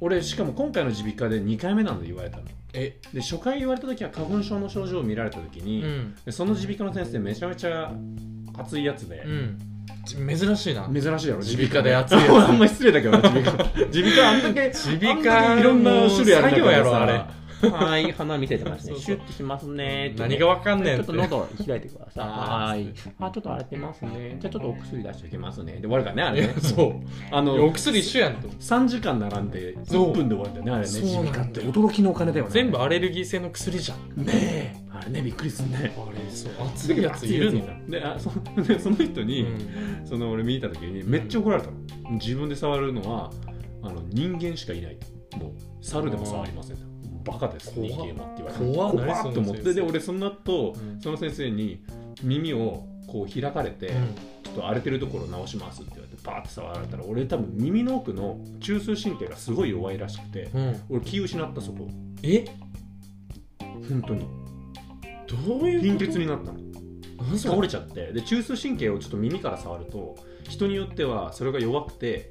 Speaker 2: 俺しかも今回の耳鼻科で2回目なんで言われたの
Speaker 1: え
Speaker 2: で初回言われた時は花粉症の症状を見られた時
Speaker 1: う
Speaker 2: に、
Speaker 1: ん
Speaker 2: でその耳鼻科の先生めちゃめちゃ熱いやつで、
Speaker 1: うんち珍しいな
Speaker 2: 珍しいやろ
Speaker 1: 耳鼻科で熱いやつ
Speaker 2: あんま失礼だけどな耳鼻科耳鼻科あんだけ
Speaker 1: 耳鼻
Speaker 2: あんだ
Speaker 1: 科
Speaker 2: けいろんな種類あ
Speaker 1: 作
Speaker 2: る中
Speaker 1: 業
Speaker 2: で
Speaker 1: やろ
Speaker 2: さ
Speaker 1: あれ
Speaker 4: はい、花見せてますね。
Speaker 1: そうそう
Speaker 4: シュッとしますね。
Speaker 1: 何がわかんねえ
Speaker 4: ち
Speaker 1: ん
Speaker 4: ょ
Speaker 1: っ
Speaker 4: ってと喉開いてください。
Speaker 1: あー
Speaker 4: はい。あ、ちょっと荒れてますね。じゃあちょっとお薬出しておきますね。
Speaker 2: で終わるからねあ
Speaker 1: い
Speaker 2: れね
Speaker 1: やそう
Speaker 2: あ
Speaker 1: いやお
Speaker 2: の
Speaker 1: 薬一緒やんと
Speaker 2: 3時間並んで
Speaker 1: そう
Speaker 2: 1分で終わるんだよねあれね
Speaker 1: そう
Speaker 2: 耳
Speaker 1: なんだよ
Speaker 2: 鼻科って驚きのお金だよね
Speaker 1: 全部アレルギー性の薬じゃん
Speaker 2: ねえあれねびっくりすんね
Speaker 1: あれそう熱いやついるの
Speaker 2: であそ でその人に、
Speaker 1: うん
Speaker 2: その俺見た時にめっちゃ怒られたの、自分で触るのはあの人間しかいないともう猿でも触りませんとバカです
Speaker 1: 怖っ
Speaker 2: 人間はって言われて
Speaker 1: 怖っ
Speaker 2: 怖
Speaker 1: 何そ
Speaker 2: っ
Speaker 1: の
Speaker 2: と思って
Speaker 1: 先生
Speaker 2: で俺その後、
Speaker 1: うん
Speaker 2: その先生に耳をこう開かれて、
Speaker 1: うん
Speaker 2: ちょっと荒れてるところ直しますって言われてバーって触られたら俺多分耳の奥の中枢神経がすごい弱いらしくて
Speaker 1: うん
Speaker 2: 俺気を失ったそこ
Speaker 1: え
Speaker 2: 本当に
Speaker 1: どういう
Speaker 2: 貧
Speaker 1: こと
Speaker 2: 血になったの
Speaker 1: 何そ
Speaker 2: 倒
Speaker 1: れ
Speaker 2: れちゃってで中枢神経をちょっと耳から触ると人によってはそれが弱くて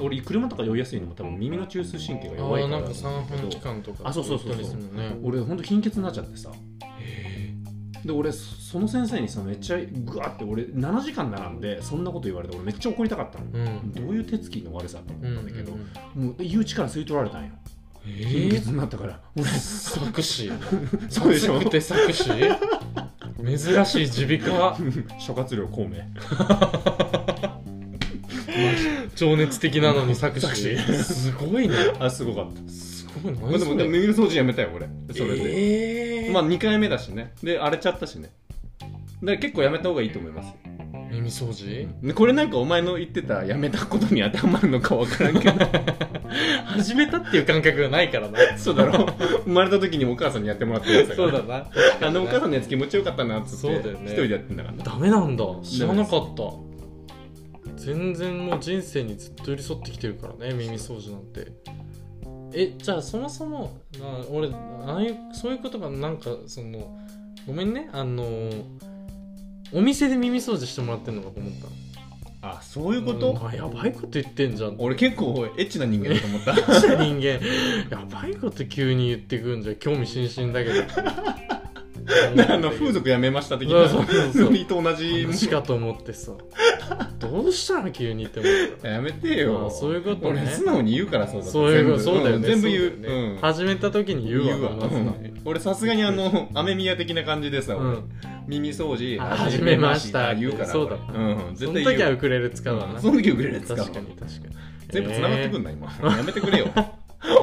Speaker 2: 俺車とか酔いやすいのも多分耳の中枢神経が
Speaker 1: あ
Speaker 2: 弱い
Speaker 1: ー
Speaker 2: か
Speaker 1: な
Speaker 2: ら
Speaker 1: ん
Speaker 2: だ
Speaker 1: か
Speaker 2: と思
Speaker 1: 三
Speaker 2: う
Speaker 1: 半規管
Speaker 2: んだけど
Speaker 1: とか
Speaker 2: あそうそうそうそう
Speaker 1: 言ったりするのね
Speaker 2: 俺ほんと貧血になっちゃってさ
Speaker 1: へ
Speaker 2: で俺そその先生にさめっちゃグワって俺7時間並んでそんなこと言われて俺めっちゃ怒りたかったの
Speaker 1: ーうん
Speaker 2: どういう手つきの悪さと思ったんだけど、
Speaker 1: うんうんうん
Speaker 2: もう言う力吸い取られたんよ
Speaker 1: え
Speaker 2: 貧
Speaker 1: ー
Speaker 2: 血になったから俺
Speaker 1: 作 詞
Speaker 2: そうでしょ
Speaker 1: 熱くて作詞珍しい耳鼻科
Speaker 2: 諸葛亮孔明
Speaker 1: 情熱的なのに 作
Speaker 2: 作詞
Speaker 1: 詞すごいね
Speaker 2: あすごかった
Speaker 1: すごいな
Speaker 3: まあでもでも耳の掃除やめたよ俺それで、
Speaker 1: えー
Speaker 3: まあ2回目だしねで荒れちゃったしねだから結構やめた方がいいと思いますよ
Speaker 1: 耳掃除
Speaker 3: でこれなんかお前の言ってたやめたことに当てはまるのかわからんけ ど
Speaker 1: 始めたっていう感覚がないからな
Speaker 3: そうだろ生まれた時にお母さんにやってもらってるやつだか
Speaker 1: そう
Speaker 3: ら
Speaker 1: だな
Speaker 3: あのお母さんのやつ気持ちよかったなっつって
Speaker 1: そうだよね
Speaker 3: 一人でやってんだからね
Speaker 1: ダメなんだ知らなかった全然もう人生にずっと寄り添ってきてるからね耳掃除なんてえじゃあそもそもな俺ああいうそういうことがなんかそのごめんねあのお店で耳掃除してもらってんのかと思った
Speaker 3: あそういうこ
Speaker 1: う
Speaker 3: と
Speaker 1: んあやばいこと言ってんじゃん
Speaker 3: 俺結構エッチな人間だと思った
Speaker 1: 人間やばいこと急に言ってくんじゃん興味津々だけど
Speaker 3: あの風俗やめました的
Speaker 1: そ
Speaker 3: な
Speaker 1: うそうそうそう
Speaker 3: ノリと同じ
Speaker 1: しかと思ってさどうしたの急にって思った
Speaker 3: やめて
Speaker 1: あ
Speaker 3: よ
Speaker 1: ーそういうことね
Speaker 3: 俺素直に言うからそうだ
Speaker 1: そういうこと
Speaker 3: 全部
Speaker 1: そうだよね
Speaker 3: ん全部
Speaker 1: そう
Speaker 3: 言
Speaker 1: だよ
Speaker 3: う
Speaker 1: ね
Speaker 3: うん
Speaker 1: 始めた時に言うわ
Speaker 3: 言うわ
Speaker 1: まずな
Speaker 3: うん俺さすがにあの雨宮的な感じでさ、
Speaker 1: う
Speaker 3: 俺
Speaker 1: ん
Speaker 3: 耳掃除
Speaker 1: あ始めました
Speaker 3: 言うから
Speaker 1: そうだ
Speaker 3: 俺うん
Speaker 1: そ
Speaker 3: 絶
Speaker 1: の
Speaker 3: 対
Speaker 1: 時は
Speaker 3: 言
Speaker 1: ウ
Speaker 3: う
Speaker 1: クレレ使うわ
Speaker 3: う
Speaker 1: なん
Speaker 3: その時ウクレレ使うわ
Speaker 1: 確かに確かに
Speaker 3: 全部繋がってくんな今やめてくれ よ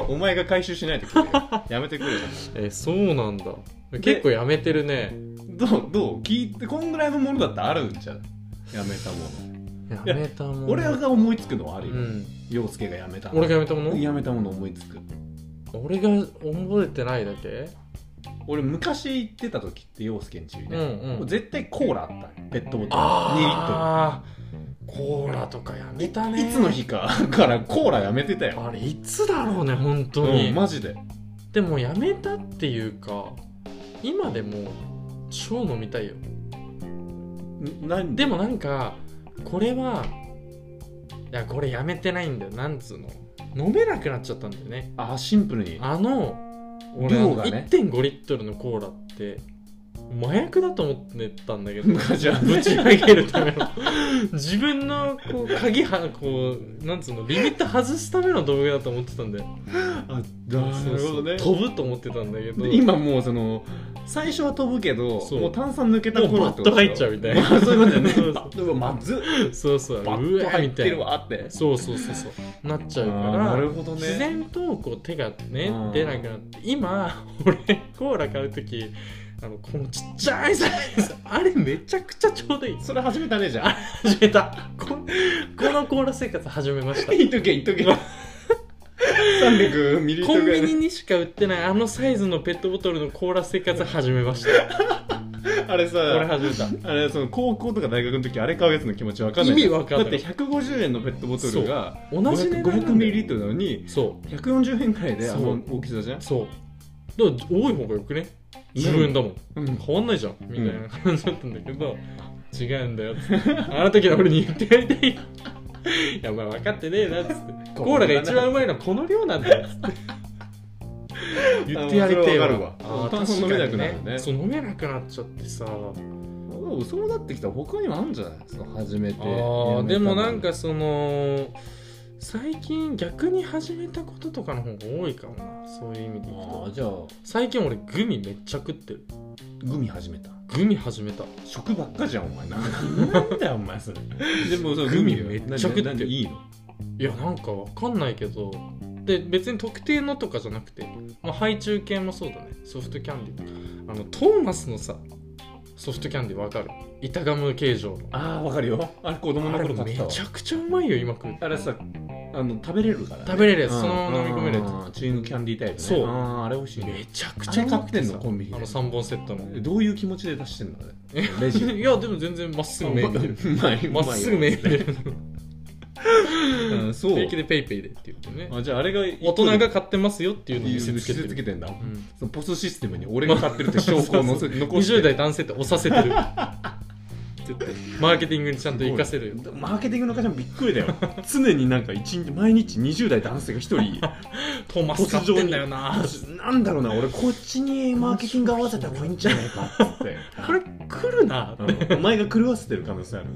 Speaker 3: お前が回収しないとくれよやめてくれよ
Speaker 1: えーえーそうなんだ結構やめてるね
Speaker 3: どうどう聞いてこんぐらいのものだってあるんじゃんやめたも
Speaker 1: やめたも
Speaker 2: うん
Speaker 1: の
Speaker 2: 俺が思いつくのはあ
Speaker 1: う
Speaker 2: るよ
Speaker 1: ん
Speaker 2: 陽介がやめたの
Speaker 1: 俺がやめたもの
Speaker 2: やめたもの思いつく
Speaker 1: 俺が覚えてないだけ
Speaker 2: 俺昔行ってた時って陽介んちに
Speaker 1: う
Speaker 2: ね、
Speaker 1: んうん
Speaker 2: 絶対コーラあったのよペットボトル2リッ
Speaker 1: ああコーラとかやめた
Speaker 2: ト
Speaker 1: ね
Speaker 2: ルいつの日かからコーラやめてたよ、
Speaker 1: あれいつだろうね本当に、
Speaker 2: うん、マジで
Speaker 1: でもやめたっていうか今でも超飲みたいよ
Speaker 2: 何
Speaker 1: でもなんかこれはいやこれやめてないんだよなんつうの飲めなくなっちゃったんだよね
Speaker 2: あシンプルに
Speaker 1: あの俺あ
Speaker 2: 量
Speaker 1: の
Speaker 2: がね
Speaker 1: 1.5リットルのコーラって麻薬だと思ってたんだけど
Speaker 2: 昔は
Speaker 1: ぶち上げるための自分のこう鍵はこうなんつうのリミット外すための道具だと思ってたんだよ
Speaker 2: あなるほどね
Speaker 1: そうそう飛ぶと思ってたんだけど
Speaker 2: で今もうその最初は飛ぶけど
Speaker 1: そう
Speaker 2: もう炭酸抜けた
Speaker 1: もう
Speaker 2: 頃
Speaker 1: バット入っちゃうみたいな
Speaker 2: まあそういうことだよね
Speaker 1: そう
Speaker 2: うわまずっ
Speaker 1: そうそう
Speaker 2: バ
Speaker 1: う
Speaker 2: ッ
Speaker 1: わー
Speaker 2: ト入
Speaker 1: み
Speaker 2: った
Speaker 1: い
Speaker 2: て
Speaker 1: な
Speaker 2: るわって
Speaker 1: そうそうそうそうなっち
Speaker 2: あ
Speaker 1: ゃうから
Speaker 2: ーなるほどね
Speaker 1: 自然とこう手がね
Speaker 2: うん
Speaker 1: 出なくなって今 俺コーラ買う時あのこのちっちゃいサイズあれめちゃくちゃちょうどいい
Speaker 2: それ始めたねじ ゃん
Speaker 1: 始めたここのコーラ生活始めました
Speaker 2: いっとけい っとけ300ミリリッ
Speaker 1: コ
Speaker 2: トル
Speaker 1: ン
Speaker 2: ぐらい
Speaker 1: ビ
Speaker 2: の
Speaker 1: ニにしか売ってないあのサイズのペットボトルのコーラ生活始めました
Speaker 3: あれさ
Speaker 1: 俺始めた
Speaker 3: あれその高校とか大学の時あれ買うやつの気持ちわかんない
Speaker 1: 意味わかんない
Speaker 3: だって150円のペットボトルが
Speaker 1: 同じ値段なんだよ
Speaker 3: 500ミリリットルなのに
Speaker 1: そ
Speaker 3: 140円くらいであ
Speaker 1: そ
Speaker 3: の
Speaker 1: う
Speaker 3: 大きさじゃん
Speaker 1: うそうだから多い方がよくね10円だもん
Speaker 3: うん
Speaker 1: 変わんないじゃんみたいな感じだったんだけど違うんだよつってあの時は俺に言ってやりたいよいやお前分かってねえなっつってコーラが一番うまいのはこの量なんだよっつって言ってやりてえ
Speaker 3: あそれはわかるわ
Speaker 1: あー
Speaker 3: 炭酸飲めなくなるね
Speaker 1: 確かにそう飲めなくなっちゃってさ
Speaker 3: そうなってきたら他にもあるんじゃないその始めて
Speaker 1: あーでもなんかその最近逆に始めたこととかの方が多いかもなそういう意味でいく
Speaker 4: あ
Speaker 1: と
Speaker 4: あじゃあ
Speaker 1: 最近俺グミめっちゃ食ってる
Speaker 3: グミ始めた
Speaker 1: グミ始めた
Speaker 3: 食ばっかじゃんお 前な
Speaker 4: なんだよお前それ
Speaker 3: でもそう
Speaker 1: グミめっちゃ食ってる
Speaker 3: 何何いいの
Speaker 1: いやなんかわかんないけどで別に特定のとかじゃなくて、まあ、ハイチュウ系もそうだねソフトキャンディーあのトーマスのさソフトキャンディーわかる板ガム形状の
Speaker 3: ああわかるよあれ子供の
Speaker 1: あれ
Speaker 3: 頃買っ
Speaker 1: め
Speaker 3: てたわ
Speaker 1: ちゃくちゃうまいよ今食う
Speaker 3: あれさあの食べれるからね
Speaker 1: 食べれるやつ
Speaker 3: うん
Speaker 1: そのまま飲み込めるやつ
Speaker 3: うんチームキャンディータイプね
Speaker 1: そう
Speaker 3: あーあれ美味しいね
Speaker 1: めちゃく
Speaker 3: あ
Speaker 1: ちゃ
Speaker 3: れ
Speaker 1: う
Speaker 3: 買
Speaker 1: ま
Speaker 3: っ
Speaker 1: く
Speaker 3: て
Speaker 1: て
Speaker 3: ん
Speaker 1: さ
Speaker 3: のコンビニ
Speaker 1: あ
Speaker 3: で
Speaker 1: の3本セットの
Speaker 3: どういう気持ちで出してんのあれ レジ
Speaker 1: いやでも全然まっすぐ目 見てる
Speaker 3: うまいう
Speaker 1: ま
Speaker 3: まい
Speaker 1: っすぐ目見てる
Speaker 3: うんそう
Speaker 1: 平気でペイペイでって言ってね
Speaker 3: あじゃああれが
Speaker 1: 大人が買ってますよっていうのを
Speaker 3: 見
Speaker 1: 見せ
Speaker 3: せ
Speaker 1: つけて
Speaker 3: つ
Speaker 1: る
Speaker 3: けてんだ
Speaker 1: うん
Speaker 3: そのポスシステムに俺が買ってるって証拠をのせ残して
Speaker 1: 20代男性って押させてる絶対マーケティングにちゃんと活かせるよ
Speaker 3: マーケティングの会社もびっくりだよ常になんか一日毎日20代男性が一人
Speaker 1: トーマス買ってんだよな
Speaker 3: なんだろうな俺こっちにマーケティング合わせた方がいいんじゃないかって
Speaker 1: これ来るなって
Speaker 3: うんお前が狂わせてる可能性ある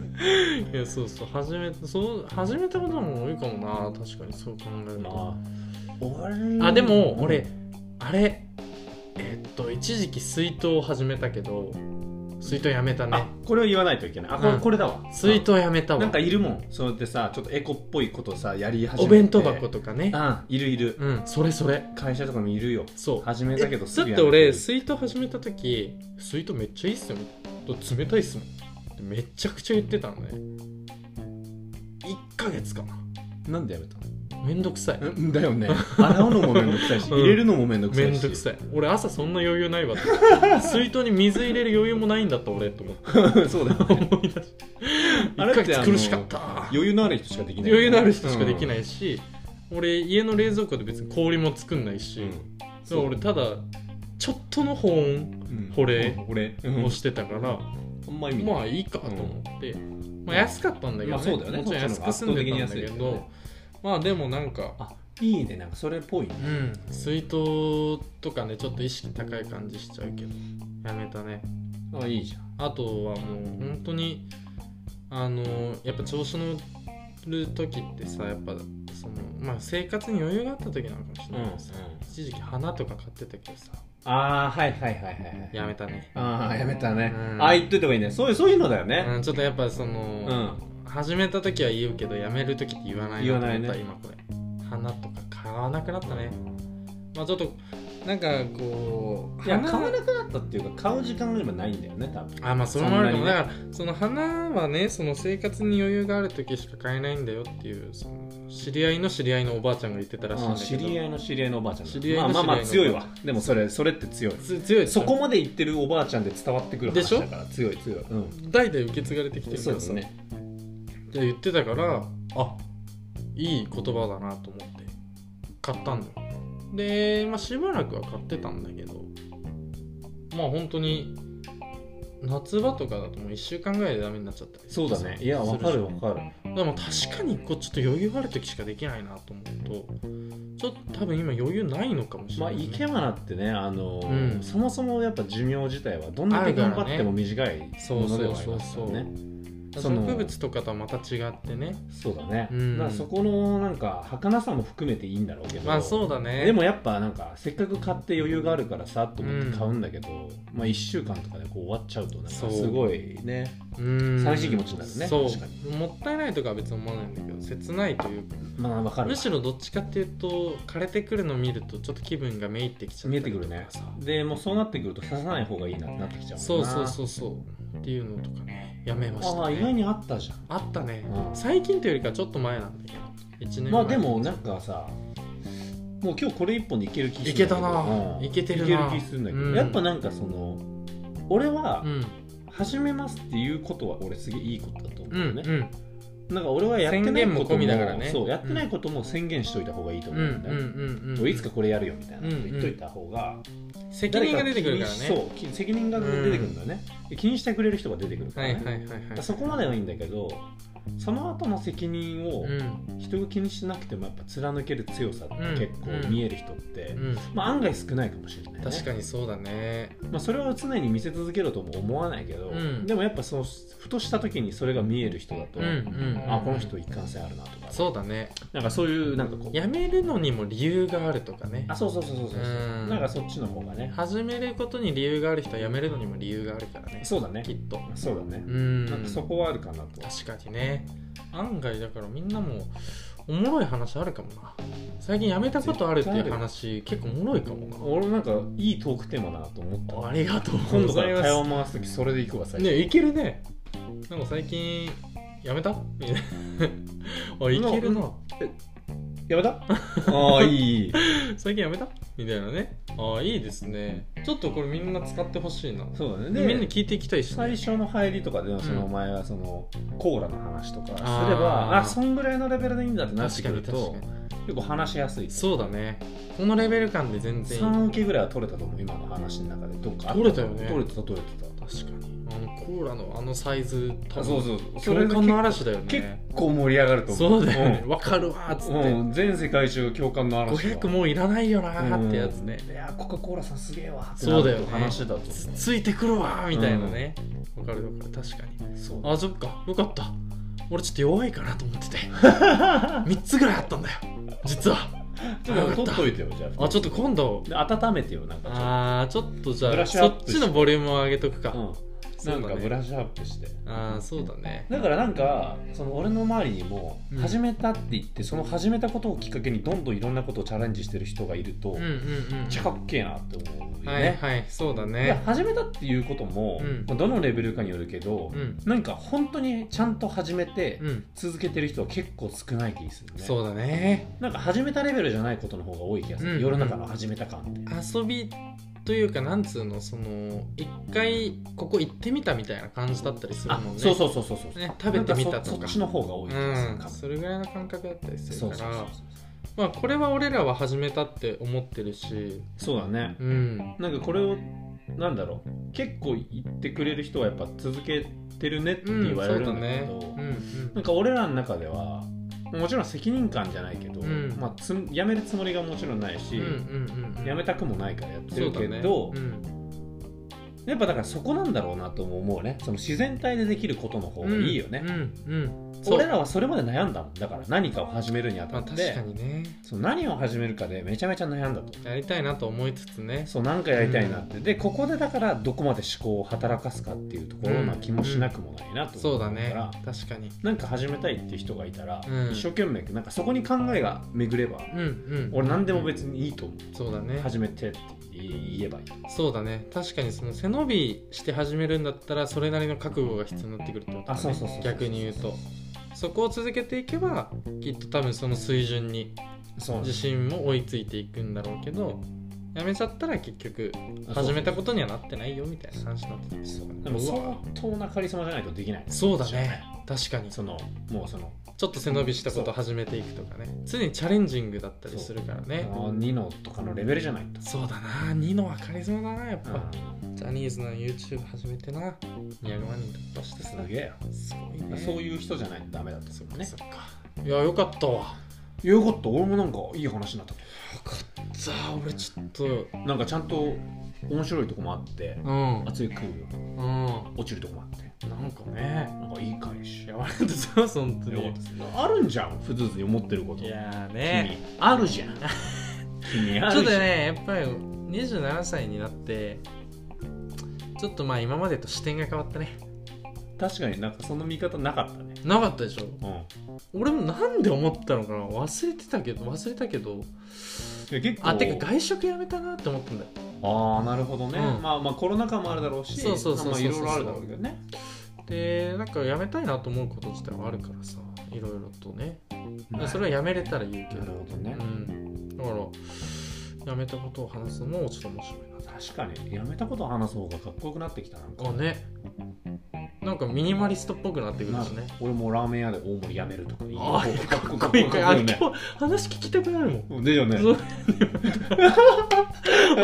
Speaker 3: ね
Speaker 1: いやそうそう始めそう始めたことも多いかもな確かにそう考えると
Speaker 3: 俺
Speaker 1: あでも俺あれえっと一時期水筒を始めたけど水筒やめたね
Speaker 2: あこれを言わないといけないあこれ,、
Speaker 1: うん
Speaker 2: これだわ
Speaker 1: 水筒やめた
Speaker 2: うんなん
Speaker 1: わ
Speaker 2: かいるもんそうやってさちょっとエコっぽいことさやり始めて
Speaker 1: お弁当箱とかね
Speaker 2: あいるいる
Speaker 1: うんそれそれ
Speaker 2: 会社とかもいるよ
Speaker 1: そう
Speaker 2: 始めたけどす
Speaker 1: だっ
Speaker 2: ぐ
Speaker 1: て
Speaker 2: やめ
Speaker 1: 俺
Speaker 2: て
Speaker 1: 水筒始めた時水筒めっちゃいいっすよ冷たいっすもんってめちゃくちゃ言ってたのね1ヶ月かな
Speaker 2: なんでやめたの
Speaker 1: めんどくさい
Speaker 2: うんだよね 洗うのもめんどくさいし、
Speaker 1: うん
Speaker 2: 入れるのもめんどくさい
Speaker 1: め
Speaker 2: し
Speaker 1: んどくさい俺朝そんな余裕ないわって水筒に水入れる余裕もないんだった俺と思って
Speaker 2: そうだよ
Speaker 1: 思い出して
Speaker 2: あ
Speaker 1: 1
Speaker 2: れ
Speaker 1: ヶ
Speaker 2: ってあの
Speaker 1: 月苦しかった
Speaker 3: 余裕のある人しかできない
Speaker 1: 余裕のある人しかできないし、俺家の冷蔵庫で別に氷も作んないし、
Speaker 3: うん
Speaker 1: だか
Speaker 3: そ
Speaker 1: ら
Speaker 3: う
Speaker 1: 俺ただちょっとの保温
Speaker 3: うん
Speaker 1: 保冷
Speaker 3: うん保冷
Speaker 1: をしてたから、
Speaker 3: あんま意味ない
Speaker 1: まあいいかと思って、まあ安かったんだけど、ね
Speaker 2: まあそうだよね
Speaker 1: もちろん安く住んでたんだけ
Speaker 2: こ
Speaker 1: ど、
Speaker 2: っちの方が圧倒的に安いよね
Speaker 1: まあでもなんか、
Speaker 2: あいいねなんかそれっぽいね
Speaker 1: うん、水筒とかねちょっと意識高い感じしちゃうけどやめたね
Speaker 2: あいいじゃん
Speaker 1: あとはもう本当にあのやっぱ調子乗る時ってさやっぱそのまあ生活に余裕があった時なのかもしれないけどさ、一時期花とか買ってたけどさ
Speaker 2: ああはいはいはいはい
Speaker 1: やめたね、
Speaker 2: ああやめたね、
Speaker 1: うん
Speaker 2: ああ言っといた方がいいねそういうそういうのだよね
Speaker 1: うん、ちょっとやっぱそ
Speaker 2: うん、
Speaker 1: の、始めた時は言うけどやめる時って言わないと思った
Speaker 2: 言わないね
Speaker 1: 今これ花とか買わなくなったね、まあちょっとなんかこう
Speaker 2: いや
Speaker 1: 花
Speaker 2: 買わなくなったっていうか買う時間が今ないんだよね多分
Speaker 1: あまあそれもあるかも、
Speaker 2: そんなにね
Speaker 1: だからその花はねその生活に余裕がある時しか買えないんだよっていうその知り合いの知り合いのおばあちゃんが言ってたらしいん
Speaker 2: あ
Speaker 1: だ
Speaker 2: ー
Speaker 1: けど
Speaker 2: 知り合いの知り合いのおばあちゃんだ
Speaker 1: 知り合いの
Speaker 2: まあまあま
Speaker 1: 知り
Speaker 2: あ
Speaker 1: 合
Speaker 2: 強
Speaker 1: い
Speaker 2: い
Speaker 1: のおばあ
Speaker 2: わでもそれそれって強い
Speaker 1: つ強いです
Speaker 2: そ
Speaker 1: よ
Speaker 2: こまで言ってるおばあちゃんで伝わってくる話だから強い強い、うん、
Speaker 1: 代々受け継がれてきてるか
Speaker 2: そう
Speaker 1: ら
Speaker 2: です
Speaker 1: さ、
Speaker 2: ね
Speaker 1: で言ってたからあいい言葉だなと思って買ったんだよで、まあ、しばらくは買ってたんだけどまあ本当に夏場とかだともう1週間ぐらいでダメになっちゃったり
Speaker 2: そうだねいやわかるわかる
Speaker 1: でも確かにこうちょっと余裕ある時しかできないなと思うとちょっと多分今余裕ないのかもしれ
Speaker 2: ま
Speaker 1: な
Speaker 2: あ
Speaker 1: い、
Speaker 2: 生け花ってね、あのー
Speaker 1: うん
Speaker 2: そもそもやっぱ寿命自体はどんだけ頑張っても短い
Speaker 1: そう
Speaker 2: もの
Speaker 1: そ
Speaker 2: で
Speaker 1: う
Speaker 2: はあり
Speaker 1: そう
Speaker 2: ます
Speaker 1: そ
Speaker 2: よ
Speaker 1: う、
Speaker 2: ねその
Speaker 1: 植物とかとはまた違ってね
Speaker 2: そうだね、
Speaker 1: うん
Speaker 2: だからそこのなんか儚さも含めていいんだろうけど
Speaker 1: まあそうだね
Speaker 2: でもやっぱなんかせっかく買って余裕があるからさと思って買うんだけど、まあ1週間とかでこう終わっちゃうとなんかす
Speaker 1: そう
Speaker 2: ごいね
Speaker 1: うん
Speaker 2: 寂しい気持ちになるね
Speaker 1: そう
Speaker 2: 確かに
Speaker 1: もったいないとかは別に思わないんだけど切ないというか
Speaker 2: まあわかる
Speaker 1: むしろどっちかっていうと枯れてくるのを見るとちょっと気分がめいってきちゃった
Speaker 2: 見え
Speaker 1: り
Speaker 2: て
Speaker 1: と
Speaker 2: く
Speaker 1: か
Speaker 2: るね
Speaker 1: さ
Speaker 2: でもうそうなってくると刺さない方がいいなってなってきちゃう
Speaker 1: そうそう
Speaker 2: う
Speaker 1: そうそうっていうのとかねやめました、ね、
Speaker 2: ああ意外にあったじゃん
Speaker 1: あったね、
Speaker 2: うん
Speaker 1: 最近というよりかちょっと前なんだけど1年前
Speaker 2: まあでもなんかさもう今日これ一本でいける気するんだ
Speaker 1: いけたな
Speaker 2: うん
Speaker 1: いけてるない
Speaker 2: ける気するんだけど、
Speaker 1: うん
Speaker 2: やっぱなんかその俺は
Speaker 1: うん
Speaker 2: 始めますっていうことは俺すげえいいことだと思
Speaker 1: う
Speaker 2: うの
Speaker 1: ん
Speaker 2: ね、
Speaker 1: うん
Speaker 2: なんか俺はやってない
Speaker 1: 宣言
Speaker 2: こ
Speaker 1: も
Speaker 2: と
Speaker 1: 込
Speaker 2: も
Speaker 1: みだからね
Speaker 2: そうやってないことも宣言しといた方がいいと
Speaker 1: うん
Speaker 2: 思うんだ
Speaker 1: う
Speaker 2: よ、
Speaker 1: んうん
Speaker 2: いつかこれやるよみたいなこと
Speaker 1: うん
Speaker 2: 言っといた方が、
Speaker 1: 責任が出てくるから
Speaker 2: 誰
Speaker 1: ね
Speaker 2: か気にしそうき責任が出てくるんだよね、気にしてくれる人が出てくるから、
Speaker 1: は
Speaker 2: ね
Speaker 1: いはいはいはい
Speaker 2: だからそこまではいいんだけどその後の責任を
Speaker 1: うん
Speaker 2: 人が気にしなくてもやっぱ貫ける強さって結構見える人って、
Speaker 1: うん
Speaker 2: まあ、案外少ないかもしれない、ね、
Speaker 1: 確かにそうだね
Speaker 2: まあ、それは常に見せ続けろとも思わないけど、
Speaker 1: うん
Speaker 2: でもやっぱそのふとした時にそれが見える人だと、
Speaker 1: うんうんうん
Speaker 2: あこの人一貫性あるなとか
Speaker 1: そうだね
Speaker 2: なんかそういうなんかこう
Speaker 1: やめるのにも理由があるとかね
Speaker 2: あそうそうそうそうそう、
Speaker 1: うん
Speaker 2: なんかそっちの方がね
Speaker 1: 始めることに理由がある人はやめるのにも理由があるからね
Speaker 2: そうだね
Speaker 1: きっと
Speaker 2: そうだね
Speaker 1: う、ん
Speaker 2: なんかそこはあるかなと
Speaker 1: 確かにね案外だからみんなもおもろい話あるかもな最近やめたことあるっていう話結構おもろいかも
Speaker 2: 俺なんかいいトークテーマだなと思った
Speaker 1: なありがとう
Speaker 2: 今度から会
Speaker 1: す
Speaker 2: 話回す時それでいくわ最初
Speaker 1: ねいけるねなんか最近やめたみたいなあいけるな
Speaker 2: やめた
Speaker 3: ああ、いいいい。
Speaker 1: 最近やめたみたいなねあいいですねちょっとこれみんな使ってほしいな
Speaker 2: そう
Speaker 1: で
Speaker 2: だ
Speaker 1: みんな
Speaker 2: ねで
Speaker 1: 聞いていきたいし、
Speaker 2: 最初の入りとかでのその
Speaker 1: うん
Speaker 2: 前はそのコーラの話とかすれば
Speaker 1: あー、
Speaker 2: あそんぐらいのレベルでいいんだってなって
Speaker 1: 確
Speaker 2: く
Speaker 1: か
Speaker 2: る
Speaker 1: に確
Speaker 2: と
Speaker 1: かに
Speaker 2: 結構話しやすい
Speaker 1: そうだねこのレベル感で全然いい
Speaker 2: 3受けぐらいは取れたと思う今の話の中でどっかあっ
Speaker 1: 取れたよね
Speaker 2: 取れてた取れてた
Speaker 1: 確かにあのコーラのあのサイズ多
Speaker 3: あそう
Speaker 1: 分
Speaker 3: そうそう。それ
Speaker 1: 共
Speaker 3: が
Speaker 1: 感の嵐だよ
Speaker 3: 結
Speaker 1: ね
Speaker 3: 構盛り上がると思う。
Speaker 1: そうだよねわ、かるわーっつって、
Speaker 3: うん。うん全世界中が共感の嵐だ。
Speaker 1: 500もういらないよなーってやつね、
Speaker 2: いやーコカ・コーラさんすげえわって
Speaker 1: そうだよね
Speaker 2: なると話してたと思
Speaker 1: つついてくるわーみたいなねわ、かるわかる確かに
Speaker 2: うそう
Speaker 1: あそっかよかった俺ちょっと弱いかなと思 ってて3つぐらいあったんだよ実は
Speaker 2: ちょっ
Speaker 1: よか
Speaker 2: と
Speaker 1: った
Speaker 2: 取っといてよじゃあ
Speaker 1: あちょっと今度
Speaker 2: で温めてよなんかちょっ
Speaker 1: あーちょっとじ
Speaker 2: ブ
Speaker 1: ゃあ
Speaker 2: ラッシュア
Speaker 1: そっ
Speaker 2: ップして
Speaker 1: ちのボリュームを上げとくか、
Speaker 2: とうん
Speaker 1: そう
Speaker 3: な
Speaker 1: だ
Speaker 3: んかブ
Speaker 1: ね
Speaker 3: ラッシュアップして。
Speaker 1: ああそうだね
Speaker 2: だからなんかその俺の周りにも
Speaker 1: うん
Speaker 2: 始めたって言って、その始めたことをきっかけにどんどんいろんなことをチャレンジしてる人がいると、
Speaker 1: うんう
Speaker 2: めっ
Speaker 1: んうん
Speaker 2: ちゃかっけえなって思うよね、
Speaker 1: はいはいそうだ
Speaker 2: いや
Speaker 1: ね
Speaker 2: 始めたっていうことも、
Speaker 1: うん
Speaker 2: まあどのレベルかによるけど、
Speaker 1: うん
Speaker 2: なんか本当にちゃんと始めて
Speaker 1: うん
Speaker 2: 続けてる人は結構少ない気がするね
Speaker 1: そうだね
Speaker 2: なんか始めたレベルじゃないことの方が多い気がする、
Speaker 1: うん
Speaker 2: 世の中の始めた感って、
Speaker 1: 遊びというかなんつうのその一回ここ行ってみたみたいな感じだったりする
Speaker 2: あ
Speaker 1: もんね
Speaker 2: そうそうそうそうそう、
Speaker 1: ね食べてみた
Speaker 2: なんか
Speaker 1: と
Speaker 2: そそ
Speaker 1: か
Speaker 2: っちの方が多い気がする
Speaker 1: う
Speaker 2: か
Speaker 1: ん
Speaker 2: も、
Speaker 1: それぐらいの感覚だったりする
Speaker 2: そう
Speaker 1: か
Speaker 2: そうそうそう
Speaker 1: らまあこれは俺らは始めたって思ってるし
Speaker 2: そうだね
Speaker 1: うん
Speaker 2: なんかこれをなんだろう結構言ってくれる人はやっぱ続けてるねって
Speaker 1: うん
Speaker 2: 言われる
Speaker 1: そうんだ
Speaker 2: だけ
Speaker 1: ね
Speaker 2: ど、
Speaker 1: うん
Speaker 2: なんか俺らの中ではもちろん責任感じゃないけど、
Speaker 1: うん
Speaker 2: まあ、つ辞めるつもりがもちろんないし、
Speaker 1: うんうんうんうん
Speaker 2: 辞め
Speaker 1: た
Speaker 2: たくもないからやってるけど、やっぱだからそこなんだろうなとも思うねその自然体でできることの方がいいよね、
Speaker 1: うんうんうん
Speaker 2: 俺らはそれまで悩んだもんだから何かを始めるにあ
Speaker 1: ま
Speaker 2: た
Speaker 1: あ
Speaker 2: っ
Speaker 1: 確
Speaker 2: て、
Speaker 1: かにね
Speaker 2: その何を始めるかでめちゃめちゃ悩んだと
Speaker 1: やりたいなと思いつつね
Speaker 2: そう何かやりたいなって、でここでだからどこまで思考を働かすかっていうところな気もしなくもないなと
Speaker 1: そ
Speaker 2: 思
Speaker 1: う
Speaker 2: うから、
Speaker 1: だね確かに
Speaker 2: なんか始めたいっていう人がいたら、
Speaker 1: うん
Speaker 2: 一生懸命なんかそこに考えが巡れば、
Speaker 1: うんうん
Speaker 2: 俺何でも別にいいと思う、
Speaker 1: そうだね
Speaker 2: 始めてって言えばいい
Speaker 1: そうだね確かにその背伸びして始めるんだったらそれなりの覚悟が必要になってくるってことだね
Speaker 2: あそうそうそうそう
Speaker 1: 逆に言うとそこを続けていけばきっと多分その水準に
Speaker 2: そう
Speaker 1: 自信も追いついていくんだろうけどやめちゃったら結局始めたことにはなってないよみたいな話になってたりするからね
Speaker 2: でも
Speaker 1: う
Speaker 2: 相
Speaker 1: わ
Speaker 2: 当なカリスマじゃないとできない
Speaker 1: そうだね確かに
Speaker 2: そのもうその
Speaker 1: ちょっと背伸びしたことを始めていくとかね常にチャレンジングだったりするからね
Speaker 2: ニノとかのレベルじゃないと、
Speaker 1: そうだなニノはカリスマだなやっぱジャニーズの YouTube 始めてな200万人突破してさ
Speaker 2: すげえよ
Speaker 1: すごいね
Speaker 2: そういう人じゃないとダメだった
Speaker 1: そっ
Speaker 2: もん
Speaker 1: か
Speaker 2: ね
Speaker 1: そっかいやよかったわ
Speaker 2: よかった俺もなんかいい話になった
Speaker 1: じゃあ俺ちょっと
Speaker 2: なんかちゃんと面白いとこもあって
Speaker 1: うん
Speaker 2: 熱い空気
Speaker 1: うん
Speaker 2: 落ちるとこもあって
Speaker 1: なんかね
Speaker 2: なんかいい回し
Speaker 1: いやありがとうございます本当
Speaker 2: よか
Speaker 1: に
Speaker 2: ったですあるんじゃん普通に思ってること
Speaker 1: いやー
Speaker 2: 君
Speaker 1: ね
Speaker 2: あるじゃん君あ
Speaker 1: ちょ
Speaker 2: る
Speaker 1: っ
Speaker 2: じ
Speaker 1: と
Speaker 2: ゃん
Speaker 1: ねやっぱり27歳になってちょっとまあ今までと視点が変わったね
Speaker 2: 確かになんかその見方なかったね
Speaker 1: なかったでしょ
Speaker 2: うん
Speaker 1: 俺もなんで思ったのかな忘れてたけど忘れたけど
Speaker 2: いや結構
Speaker 1: あてか外食やめたなって思ったんだよ
Speaker 2: ああなるほどね、
Speaker 1: うん
Speaker 2: まあまあコロナ禍もあるだろうし
Speaker 1: そうそうそうそうそう
Speaker 2: まあまあいろいろあるだろうけどね
Speaker 1: でなんかやめたいなと思うこと自体はあるからさいろいろとねそれはやめれたら言うけ
Speaker 2: な
Speaker 1: ど
Speaker 2: るほどね
Speaker 1: う、ん、だからやめたことを話すのもちょっと面白いな
Speaker 2: 確かにやめたことを話す方がかっこよくなってきたなんか
Speaker 1: あねなんかミニマリストっぽくなってくるしね
Speaker 2: 俺もラーメン屋で大盛りやめるとか言う
Speaker 1: あ
Speaker 2: 方がかっ
Speaker 1: かっ
Speaker 2: こ
Speaker 1: こい
Speaker 2: よ
Speaker 1: いか
Speaker 2: く
Speaker 1: あ
Speaker 2: なる
Speaker 1: 今日
Speaker 2: ね
Speaker 1: 話聞きたくなるもん
Speaker 2: うんだよね
Speaker 1: そう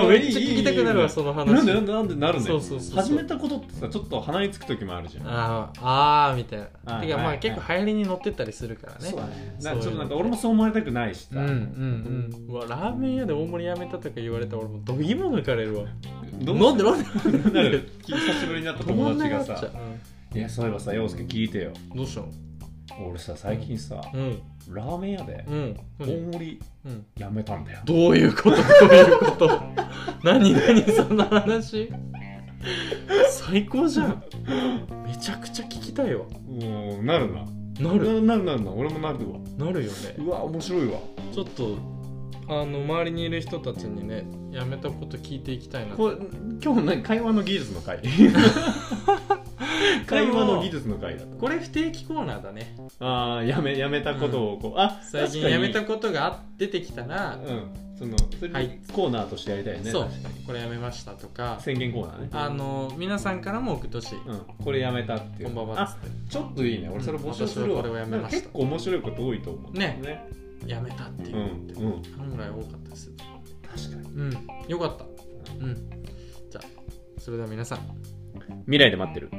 Speaker 1: めっちゃ聞きたくなる
Speaker 2: いいいいいい
Speaker 1: わその話
Speaker 2: なんでなんでなんでなるね
Speaker 1: そうそうそう
Speaker 2: 始めたことってさちょっと鼻につく時もあるじゃん
Speaker 1: あーあーみたいな
Speaker 2: はい
Speaker 1: てかま
Speaker 2: は
Speaker 1: あ
Speaker 2: い
Speaker 1: 結構流行りに乗ってったりするからね
Speaker 2: そうだね
Speaker 1: そう
Speaker 2: なちょっとなんか俺もそう思われたくないし
Speaker 1: うん
Speaker 2: さ、
Speaker 1: うんうんうわラーメン屋で大盛りやめたとか言われたら俺もうどぎも抜かれるわ
Speaker 2: どう
Speaker 1: なんでなんで
Speaker 2: なる久しぶりになった
Speaker 1: 止ま
Speaker 2: 友
Speaker 1: んな
Speaker 2: 達
Speaker 1: くなっ
Speaker 2: が
Speaker 1: ちゃ
Speaker 2: さ
Speaker 1: う
Speaker 2: いやそういえばさ陽介聞いてよ
Speaker 1: うんどうしたの
Speaker 2: 俺さ最近さ
Speaker 1: うん
Speaker 2: ラーメン屋で
Speaker 1: うん
Speaker 2: 大
Speaker 1: 何
Speaker 2: 盛り
Speaker 1: うん
Speaker 2: やめたんだよ、
Speaker 1: どういうことどういうこと何何そんな話最高じゃんめちゃくちゃ聞きたいわ
Speaker 2: もうなるな
Speaker 1: な
Speaker 2: な
Speaker 1: る
Speaker 2: るなるなるな俺もなるわ
Speaker 1: なるよね
Speaker 2: うわ面白いわ
Speaker 1: ちょっとあの周りにいる人たちにねやめたこと聞いていきたいな
Speaker 2: これ今日何会話の技術の 回 会話の技術の回だ
Speaker 1: これ不定期コーナーだね
Speaker 2: ああやめやめたことをこう、あ
Speaker 1: 最近
Speaker 2: 確かに
Speaker 1: やめたことがあ出てきたら、
Speaker 2: うんそのそれ
Speaker 1: はい
Speaker 2: コーナーとしてやりたいよね、
Speaker 1: そう
Speaker 2: 確かに
Speaker 1: これやめましたとか
Speaker 2: 宣言コーナーね
Speaker 1: あの皆さんからも送ってほしい、
Speaker 2: うん、これやめたっていう
Speaker 1: こんばんはっつ
Speaker 2: あ
Speaker 1: っ
Speaker 2: ちょっといいね俺それ募集する
Speaker 1: うん私は
Speaker 2: わ、
Speaker 1: これをやめました
Speaker 2: 結構面白いこと多いと思う
Speaker 1: ねてやめたっていう
Speaker 2: うん
Speaker 1: のって、
Speaker 2: うん
Speaker 1: 案外多かったです
Speaker 2: 確かに
Speaker 1: うんよかったうんじゃあそれでは皆さん
Speaker 2: 未来で待ってる